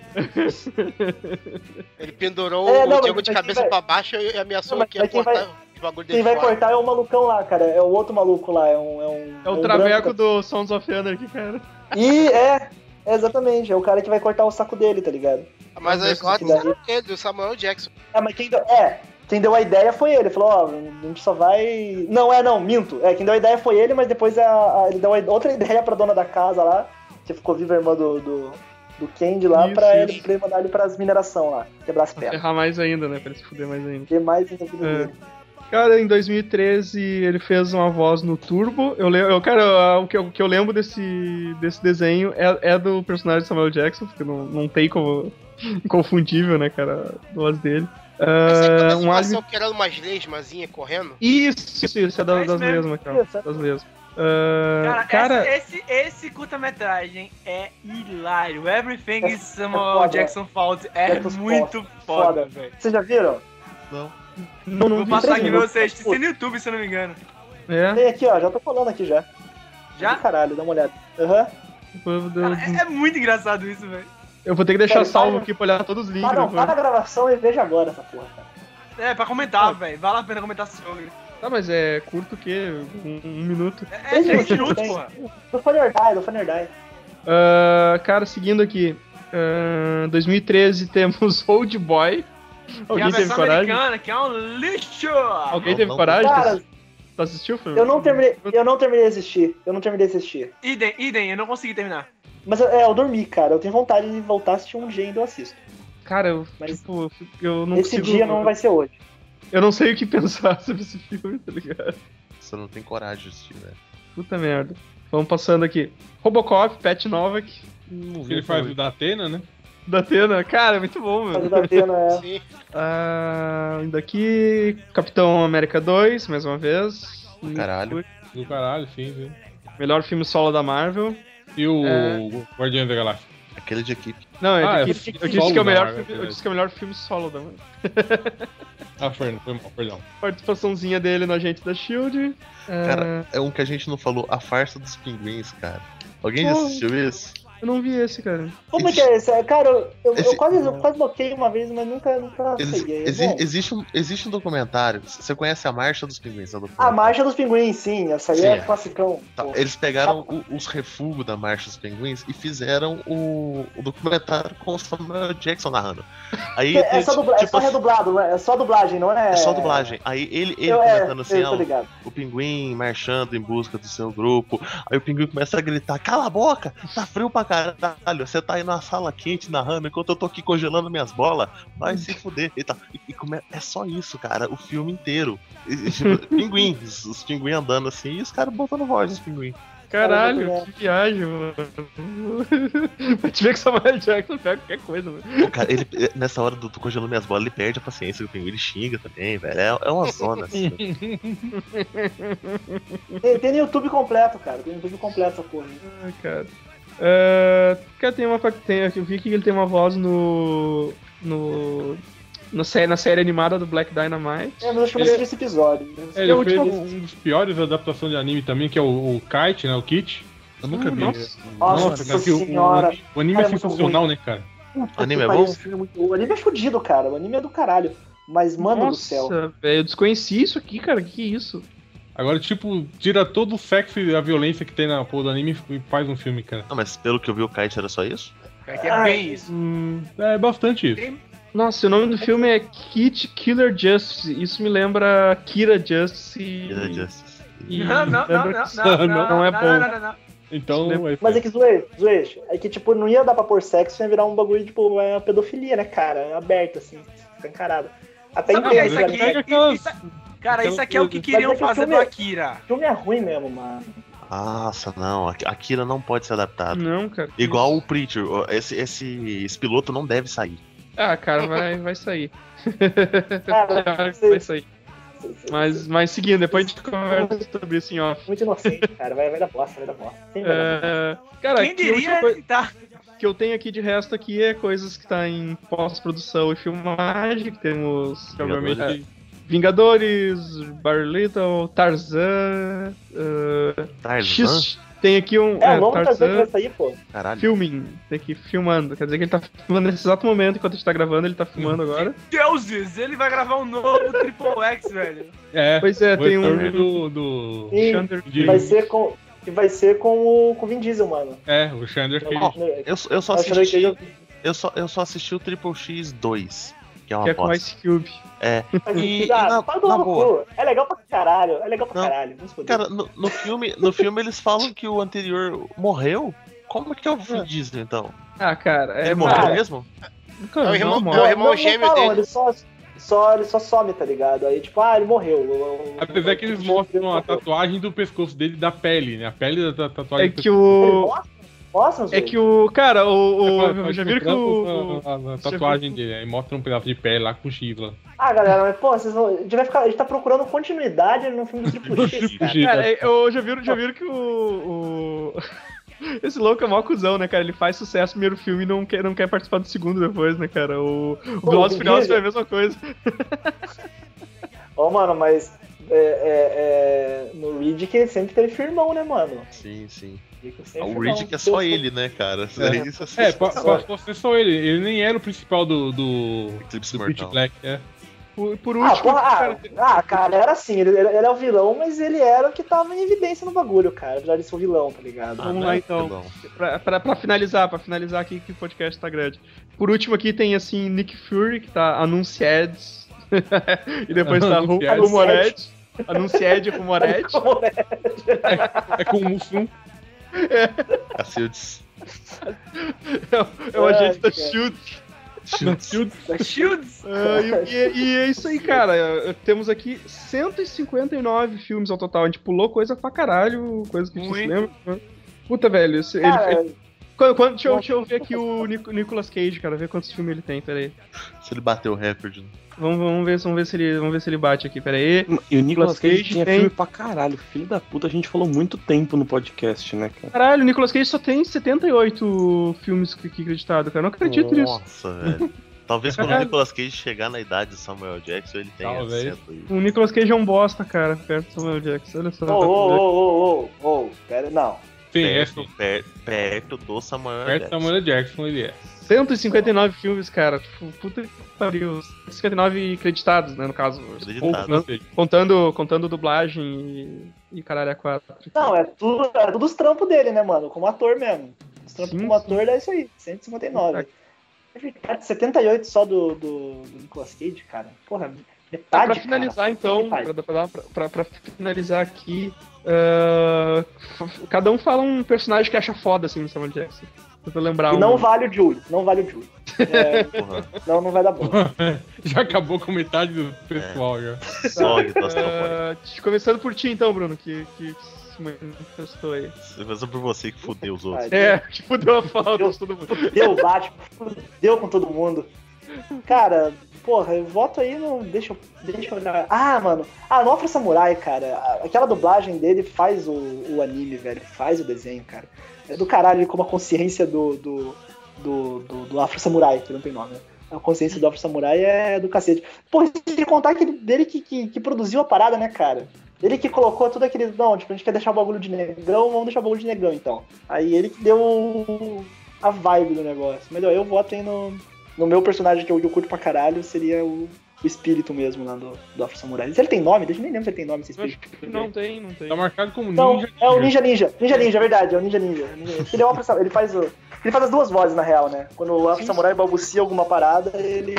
ele pendurou É, não, o Django mas- de mas cabeça quem vai- pra baixo e e ameaçou Não, mas- que ia mas quem cortar vai- o bagulho dele Quem vai fora. cortar é o malucão lá, cara. É o outro maluco lá. É um. É, um, É o um traveco branco. do Sons of Anarchy, cara. E é. é Exatamente, é o cara que vai cortar o saco dele, tá ligado? Mas as Jackson, notas daí. eram dele, do Samuel Jackson. É, mas quem deu. É, quem deu a ideia foi ele. Falou, ó, a gente só vai. Não, é, não, minto. É, quem deu a ideia foi ele, mas depois a, a- ele deu a- outra ideia pra dona da casa lá, que ficou viva a irmã do. do... Do Candy lá Isso, pra isso. ele pra ele mandar ele pras mineração lá, quebrar as É. pernas. Errar mais ainda, né? Pra ele se fuder mais ainda. Tem mais ainda vida É. dele. Cara, em 2013 ele fez uma voz no Turbo. Eu, le- eu cara, o que eu, o que eu lembro desse, desse desenho é, é do personagem de Samuel Jackson, porque não, não tem como. *laughs* Inconfundível, né, cara? A voz dele. Essa é Ah, aquela um alien animação que era umas lesmazinhas correndo. Isso, isso, isso é da- É isso das mesmo. mesmas, cara. Isso, é. Das mesmas. Ah, Cara, é- cara, Esse, esse, esse curta-metragem é hilário. Everything is Samuel É foda. Jackson Fault é Jackson muito Foda, foda, velho. Vocês já viram? não, não Vou vi passar três aqui pra minutos. vocês. Tem no YouTube, se eu não me engano. É, Tem aqui, ó, já tô falando aqui já. Já? Caralho, dá uma olhada. Aham. eu- Cara, é, é muito engraçado isso, velho. eu vou ter que deixar Pera, salvo para. aqui pra olhar todos os né? links. Para, depois. para a gravação e veja agora essa porra, cara. É, pra comentar, velho. Vale a pena comentar sobre. Tá, mas é curto o quê? Um, um minuto. É, é Tem três no YouTube, minutos, tem. porra. Do Funny or Die, do Funny or Die. Ah, cara, seguindo aqui. Ah, 2013 *laughs* temos Old Boy. Que é a Alguém teve versão coragem? americana, que é um lixo. Alguém Não, teve não. coragem? Cara, Tu assistiu o filme? eu não terminei, eu não terminei de assistir. Eu não terminei de assistir. Idem, idem, eu não consegui terminar. Mas é, eu dormi, cara. Eu tenho vontade de voltar a assistir um dia e eu assisto. Cara, eu, Mas- tipo, eu fico- eu não Esse consigo- dia não vai ser hoje. Eu não sei o que pensar *laughs* sobre esse filme, tá ligado? Você não tem coragem de assistir, velho. Puta merda. Vamos passando aqui. Robocop, Pat Novak, Não vi Ele faz o da Atena, né? da Atena. Cara, é muito bom, Mas mano. da pena *laughs* é. Sim. Ah, ainda aqui, Capitão América 2, mais uma vez. Caralho. Do caralho, sim. sim. Melhor filme solo da Marvel. E o É. Guardiões da Galáxia? Aquele de equipe. Não, eu, Ah, disse, é eu disse solo que é da o melhor Marvel, filme, eu beleza. disse que é o melhor filme solo da Marvel. Ah, foi, foi mal, perdão. Participaçãozinha dele no Agente da Shield. Cara, é um que a gente não falou, a farsa dos pinguins, cara. Alguém já Porra. assistiu isso? Eu não vi esse, cara. Como é que é esse? Cara, eu, eu- eu Esse- é. quase, eu quase bloqueei uma vez, mas nunca, nunca Eles- peguei. exi- é Bom, existe, um, existe um documentário. C- Você conhece a Marcha dos Pinguins? é um documentário. a Marcha dos Pinguins, sim, essa aí Sim. é classicão. Tá, pô. Eles pegaram o- os refugos da Marcha dos Pinguins e fizeram o, o documentário com o Samuel Jackson narrando. Aí, É, é só, dubla- é tipo, só redublado, não é? É só dublagem, não é? é só dublagem. Aí ele, ele Eu- é, comentando assim, eu tô ah, o- ligado. o pinguim marchando em busca do seu grupo. Aí o pinguim começa a gritar: Cala a boca, tá frio pra caralho. Você tá aí na sala quente narrando enquanto eu tô aqui congelando minhas bolas. Vai se fuder. E, tá- e- e come- é só isso, cara, o filme inteiro. E, e, tipo, pinguim, os, os pinguim andando assim e os caras botando voz dos pinguim. Caralho, Caralho, que viagem, mano. *laughs* Pra te ver que o Samuel Jackson pega qualquer coisa, mano. O cara, ele, é, nessa hora do tô congelando minhas bolas, ele perde a paciência do pinguim, ele xinga também, velho. É, é uma zona assim. Tem, tem no YouTube completo, cara. Tem no YouTube completo essa porra. aí. Ai, Ah, cara. É, cara, tem uma. fa- Tem, eu vi que ele tem uma voz no. no. no sé- na série animada do Black Dynamite. É, mas acho que eu não assisti esse episódio. né? É, ele Eu fez último- um dos piores adaptações de anime também, que é o, o Kite, né? O Kit. Eu nunca vi. Nossa. Hum, Nossa, que o- O, senhora. anime- o anime é Cara, é muito sensacional, né, cara? O anime é Puta que bom? pariu, um muito- O anime é fodido, cara. O anime é do caralho. Mas, mano do céu. Nossa, velho, eu desconheci isso aqui, cara. Que que é isso? Agora, tipo, tira todo o sexo e a violência que tem na porra do anime e faz um filme, cara. Não, mas pelo que eu vi, o Kite era só isso? Cara, que é Ai. bem isso. Hum, É bastante isso. Nossa, o nome do filme é Kid Killer Justice. Isso me lembra Kira Justice. e- Era Justice. e Não, não, não, lembra- não, não, não, *laughs* Não é não, bom. não, não, não. Então, é, Mas é que zoei, zoei. É que, tipo, não ia dar pra pôr sexo, ia virar um bagulho, tipo, uma pedofilia, né, cara? Aberto, assim, escancarado. Até Sabe o então, Não, que é mas isso é aqui? que pega Isso- isso- Cara, aquela isso aqui é o que coisa. queriam Mas é que o fazer do filme é- Akira. O filme é ruim mesmo, mano. Nossa, não. Ak- Akira não pode ser adaptado. Não, cara. que Igual o Preacher, ó, esse, esse, esse piloto não deve sair. isso. Ah, cara, vai, vai *laughs* sair. Cara, vai você- sair. Mas, mas seguindo, depois a gente conversa sobre isso em off. Muito inocente, cara. Vai, vai dar bosta, vai dar bosta. Sempre vai dar bosta. É, cara, Quem aqui, a última diria coi- que tá. que eu tenho aqui de resto aqui é coisas que tá em pós-produção e filmagem. que Temos, Vingadores. obviamente, Vingadores, Barlito, Tarzan. ah, Tarzan? X, tem aqui um. É, é, o novo Tarzan que Tarzan vai sair, pô. Caralho. filming. Tem aqui filmando. Quer dizer que ele tá filmando nesse exato momento, enquanto a gente tá gravando, ele tá *laughs* filmando agora. Deuses, ele vai gravar um novo Triple X, velho. é, Pois é, o tem retorno um. do, do- Sim, Xander de- Vai ser com. Que vai ser com o, com o Vin Diesel, mano. É, o Xander que Ó, Eu, eu, só Eu achei que um assisti, eu- eu, só, eu só assisti o Triple X 2, que é que uma é com bosta. Ice Cube. Mas, E- ah, e na- vai tomar na no boa. cu. É legal pra caralho. É legal pra Não. caralho. Vamos poder. Cara, no, no filme, no filme eles falam que o anterior morreu? Como que é o Vin Diesel, então? Ah, cara, é Ele morreu cara. mesmo? Cara, É o não irmão- morre. é o irmão gêmeo dele. Ele só, só, ele só some, tá ligado? Aí, tipo, ah, ele morreu. Eu- eu- Apesar que eles eu- mostram tá a morreu. tatuagem do pescoço dele da pele, né? A pele da ta- É tatuagem do que Eles o. mostram? Mostram, É Zé? que o. Cara, É, o. o pescoço. já viram que o. A, a- a já tatuagem dele, aí mostra um pedaço de pele lá com chifla. Ah, galera, mas, pô, vocês vão... a, gente vai ficar... a gente tá procurando continuidade no filme do *laughs* Triple tipo- X, cara. Cara, é- eu já viram, já viram que o. *laughs* o- Esse louco é mó cuzão, né, cara? Ele faz sucesso no primeiro filme e não quer, não quer participar do segundo depois, né, cara? O, o Pô, Velozes e o Furiosos Vin foi a mesma coisa. Ó, mano, mas é, é, é, no Reed que sempre teve firmão, né, mano? Sim, sim. Riddick sempre O firmão. Reed que é só ele, né, cara? É, isso assim. É, pa- passou a ser só ele. Ele nem era o principal do. do, Eclipse do Pitch Mortal. Black, é. Por, por Ah, último, porra, ah, cara, ah, cara, era assim, ele, ele era o vilão, mas ele era o que tava em evidência no bagulho, cara, apesar de ser o vilão, tá ligado? vamos lá então. Vilão. Pra, pra, pra finalizar, pra finalizar aqui que o podcast tá grande. Por último aqui tem assim Nick Fury, que tá anunciado. *laughs* e depois tá Ru- Anunciados. Rumored. Anunciado Rumored. Como é? É com o Mussum. *laughs* Cacildes. *laughs* É o Ai, agente da cara. Shield. Shields. Ah, e, e- e é isso aí, cara. Eh, Temos aqui 159 filmes ao total. A gente pulou coisa pra caralho, coisa que a gente não se lembra. né? Puta, velho, esse- ele- Cara, ele- Quando, quando, deixa, eu, deixa eu ver *laughs* aqui o Nic- Nicolas Cage, cara, ver quantos filmes ele tem, peraí. Se ele bateu o recorde. Vamos, vamos, ver, vamos, ver se ele, vamos ver se ele bate aqui, peraí. E o Nicolas Cage Cage tinha tem- filme pra caralho. Filho da puta, a gente falou muito tempo no podcast, né, cara? Caralho, o Nicolas Cage só tem 78 filmes que que acreditado, cara. Eu não acredito nisso. Nossa, velho. Talvez quando o Nicolas Cage chegar na idade de Samuel Jackson, ele tenha Talvez. cento e- O Nicolas Cage é um bosta, cara, perto do Samuel Jackson. Olha só. Ô, ô, ô, ô, ô, ô, pera, não. Sim, é perto, per- perto do Samuel perto da Jackson. Samuel Jackson ele é. 159 filmes, cara. Tipo, Puta que pariu. 159 creditados, né, no caso. Acreditado. Pouco, né? Contando, contando dublagem e, e caralho a quatro. Não, é tudo, é tudo os trampos dele, né, mano? Como ator mesmo. Os trampos Sim, como sim. ator dá isso aí, 159. Teve, cara, 78 só do, do, do Nicolas Cage, cara. Porra, Tá, metade. pra finalizar, cara. então, Metade. pra, pra- pra- pra finalizar aqui, ah, f- cada um fala um personagem que acha foda, assim, no Samuel Jackson. Tenta lembrar E um. não vale o Júlio, não vale o Júlio. É, Porra, não, não vai *laughs* dar bom. Já acabou com metade do pessoal já. sobe das É. trombone. Ah, começando por ti, então, Bruno, que, que se manifestou aí. Mas é por você que fudeu os outros. É, *laughs* tipo, deu uma falta Eu- de todo mundo. Deu o Batman, deu com todo mundo. Cara, porra, eu voto aí no. Deixa eu. Deixa eu olhar. Ah, mano. Ah, Nofra Samurai, cara. a- Aquela dublagem dele faz o, o anime, velho. Faz o desenho, cara. É do caralho como a consciência do. do. do, do, do Afro Samurai, que não tem nome, né? A consciência do Afro Samurai é do cacete. Porra, e se contar que ele- dele que, que, que produziu a parada, né, cara? Ele que colocou tudo aquele. Não, tipo, a gente quer deixar o bagulho de negão, vamos deixar o bagulho de negão, então. Aí ele que deu o- a vibe do negócio. Melhor, eu voto aí no, no meu personagem que eu, que eu curto pra caralho, seria o, o espírito mesmo lá do, do Afro Samurai. Se ele tem nome, deixa eu nem lembro se ele tem nome esse Eu acho espírito. Não tem, não tem. É Tá marcado como Então, ninja. é o Ninja Ninja. Ninja Ninja, é verdade, é o Ninja Ninja. É o Ninja Ninja. Ele, é o Afro Samurai, ele, faz o, ele faz as duas vozes, na real, né? Quando o Afro Samurai balbucia alguma parada, ele,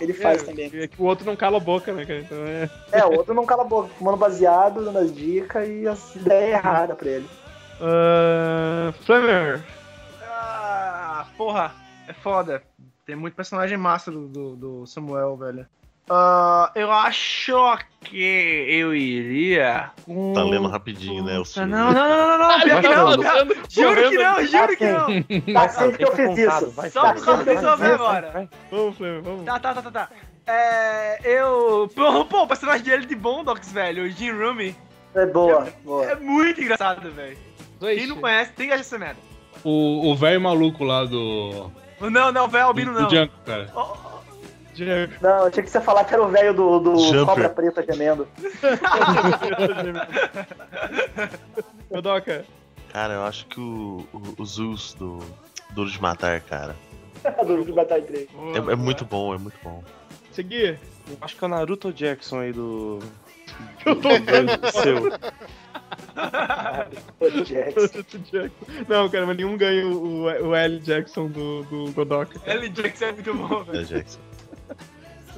ele faz também. É que o outro não cala a boca, né, cara? Então é. É, o outro não cala a boca, fumando baseado, dando as dicas e as ideias erradas pra ele. Ah, Flamer, Ah, porra, é foda. Tem muito personagem massa do, do, do Samuel, velho. Ah, eu acho que eu iria com... Tá lendo rapidinho, né? O Não, não, não, não, não, não, pior Tá que não, pior- juro que não, juro que não. Tá sempre que eu fiz contado, isso. vai, Só Tá por sempre causa que eu disso eu fiz ver isso. agora. vamos, Flamer, vamos. Tá, tá, tá, tá, tá. É, eu... Pô, pô, o personagem dele é de Bondox, velho, o Jim Rumi, É boa, boa. é muito engraçado, velho. Quem não conhece tem que achar essa merda. O o velho maluco lá do. Não, não, velho, Albino do não. Django, cara. Oh, *laughs* Diego. Não, eu achei que você ia falar que era o velho do, do Jumper. Cobra Preta gemendo. é Godoka. Cara, eu acho que o, o, o Zeus do Duro de Matar, cara. do do Batalha 3. É, tá. é muito bom, é muito bom. Ah, Segui. *laughs* Eu Acho que é o Naruto Jackson aí do. Eu tô do seu. Pô, Jackson. *laughs* Do Jackson. Não, cara, mas nenhum ganha o, o L. Jackson do, do Godoka. Ele Jackson é muito bom, velho. É, Jackson.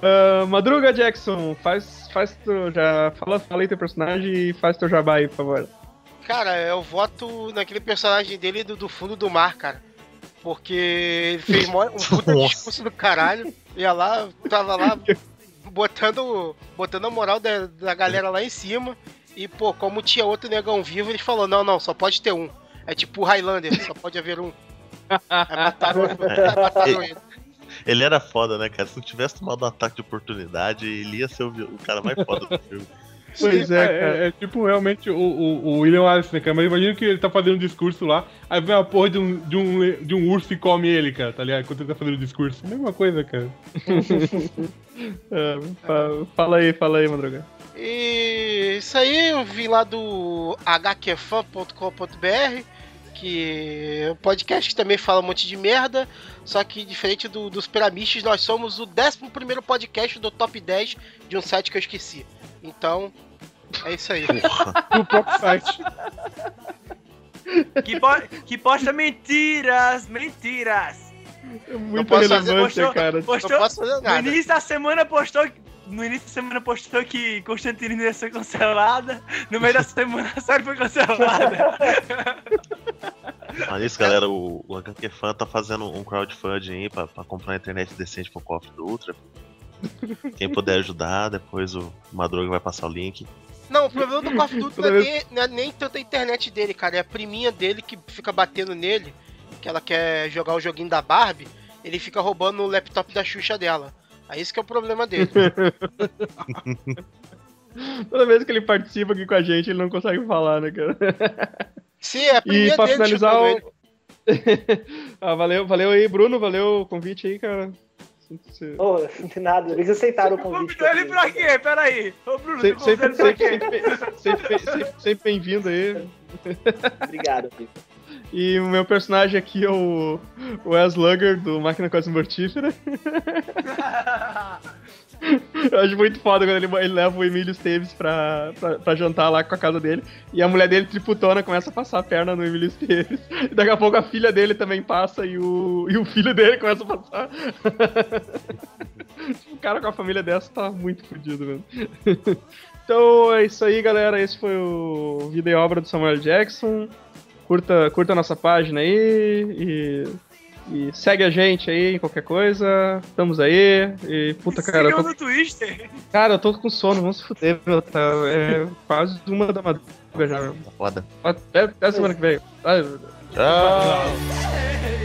Ah, Madruga Jackson, faz, faz teu, já, fala, fala aí teu personagem e faz teu jabá aí, por favor. Cara, eu voto naquele personagem dele do, do fundo do mar, cara. Porque ele fez mó- um puta Nossa. discurso do caralho. Ia lá, tava lá botando, botando a moral da, da galera lá em cima. E, pô, como tinha outro negão vivo, ele falou: não, não, só pode ter um. É tipo o Highlander, só pode haver um. Aí mataram, mataram ele. Ele era foda, né, cara? Se não tivesse tomado um ataque de oportunidade, ele ia ser o, vi- o cara mais foda do filme. Pois é, cara. É, é tipo realmente o, o, o William Wallace, né, cara? Mas imagina que ele tá fazendo um discurso lá, aí vem uma porra de um, de um, le- de um urso e come ele, cara, tá ligado? Enquanto ele tá fazendo o discurso. Mesma coisa, cara. Ah, fa- fala aí, fala aí, Madruga. E isso aí eu vim lá do hqfan.com.br, que é um podcast que também fala um monte de merda, só que diferente do- dos piramistas, nós somos o 11 podcast do top 10 de um site que eu esqueci. Então, é isso aí. No próprio site. Que, po- que posta mentiras, mentiras. É muito posso fazer- relevante, postou- cara. Não Postou, posso fazer no nada. início da semana postou. que- No início da semana postou que Constantino ia ser cancelada. No meio da semana a série foi cancelada. Olha é isso, galera. O, o HQ Fan tá fazendo um crowdfunding aí pra, pra comprar uma internet decente pro cofre do Ultra. Quem puder ajudar, depois o Madruga vai passar o link. Não, o problema do Call of Duty não Toda é nem, não é nem tanto a internet dele, cara. É a priminha dele que fica batendo nele. que ela quer jogar o joguinho da Barbie, ele fica roubando o laptop da Xuxa dela. Aí esse que é o problema dele. Toda vez que ele participa aqui com a gente, ele não consegue falar, né, cara? Sim, é a E primeira pra dele, finalizar, Xuxa, o... *laughs* ah, valeu, valeu aí, Bruno, valeu o convite aí, cara. Sempre, Oh, de nada, eles aceitaram o convite. Convidou ele pra quê? Peraí. Ô, Bruno, você sempre, convidou sempre, ele pra quê? sempre- sempre- sempre- sempre bem-vindo aí. Obrigado, Pico. E o meu personagem aqui é o Wes Lugger, do Máquina Quase Mortífera. *laughs* Eu acho muito foda quando ele, ele leva o Emílio Esteves pra, pra, pra jantar lá com a casa dele. E a mulher dele, triputona, começa a passar a perna no Emílio Esteves. *laughs* E daqui a pouco a filha dele também passa e o, e o filho dele começa a passar. *laughs* o cara com a família dessa tá muito fudido, mano. *laughs* então é isso aí, galera. Esse foi o Vida e Obra do Samuel Jackson. Curta, curta a nossa página aí e, e segue a gente aí em qualquer coisa. Estamos aí. E, puta, cara, eu Sigam tô no Twitter. Cara, eu tô com sono, vamos se fuder, meu. Tá, é quase uma da madrugada já, meu. Foda. Até, até semana que vem. Ai, meu Deus. Tchau. Hey,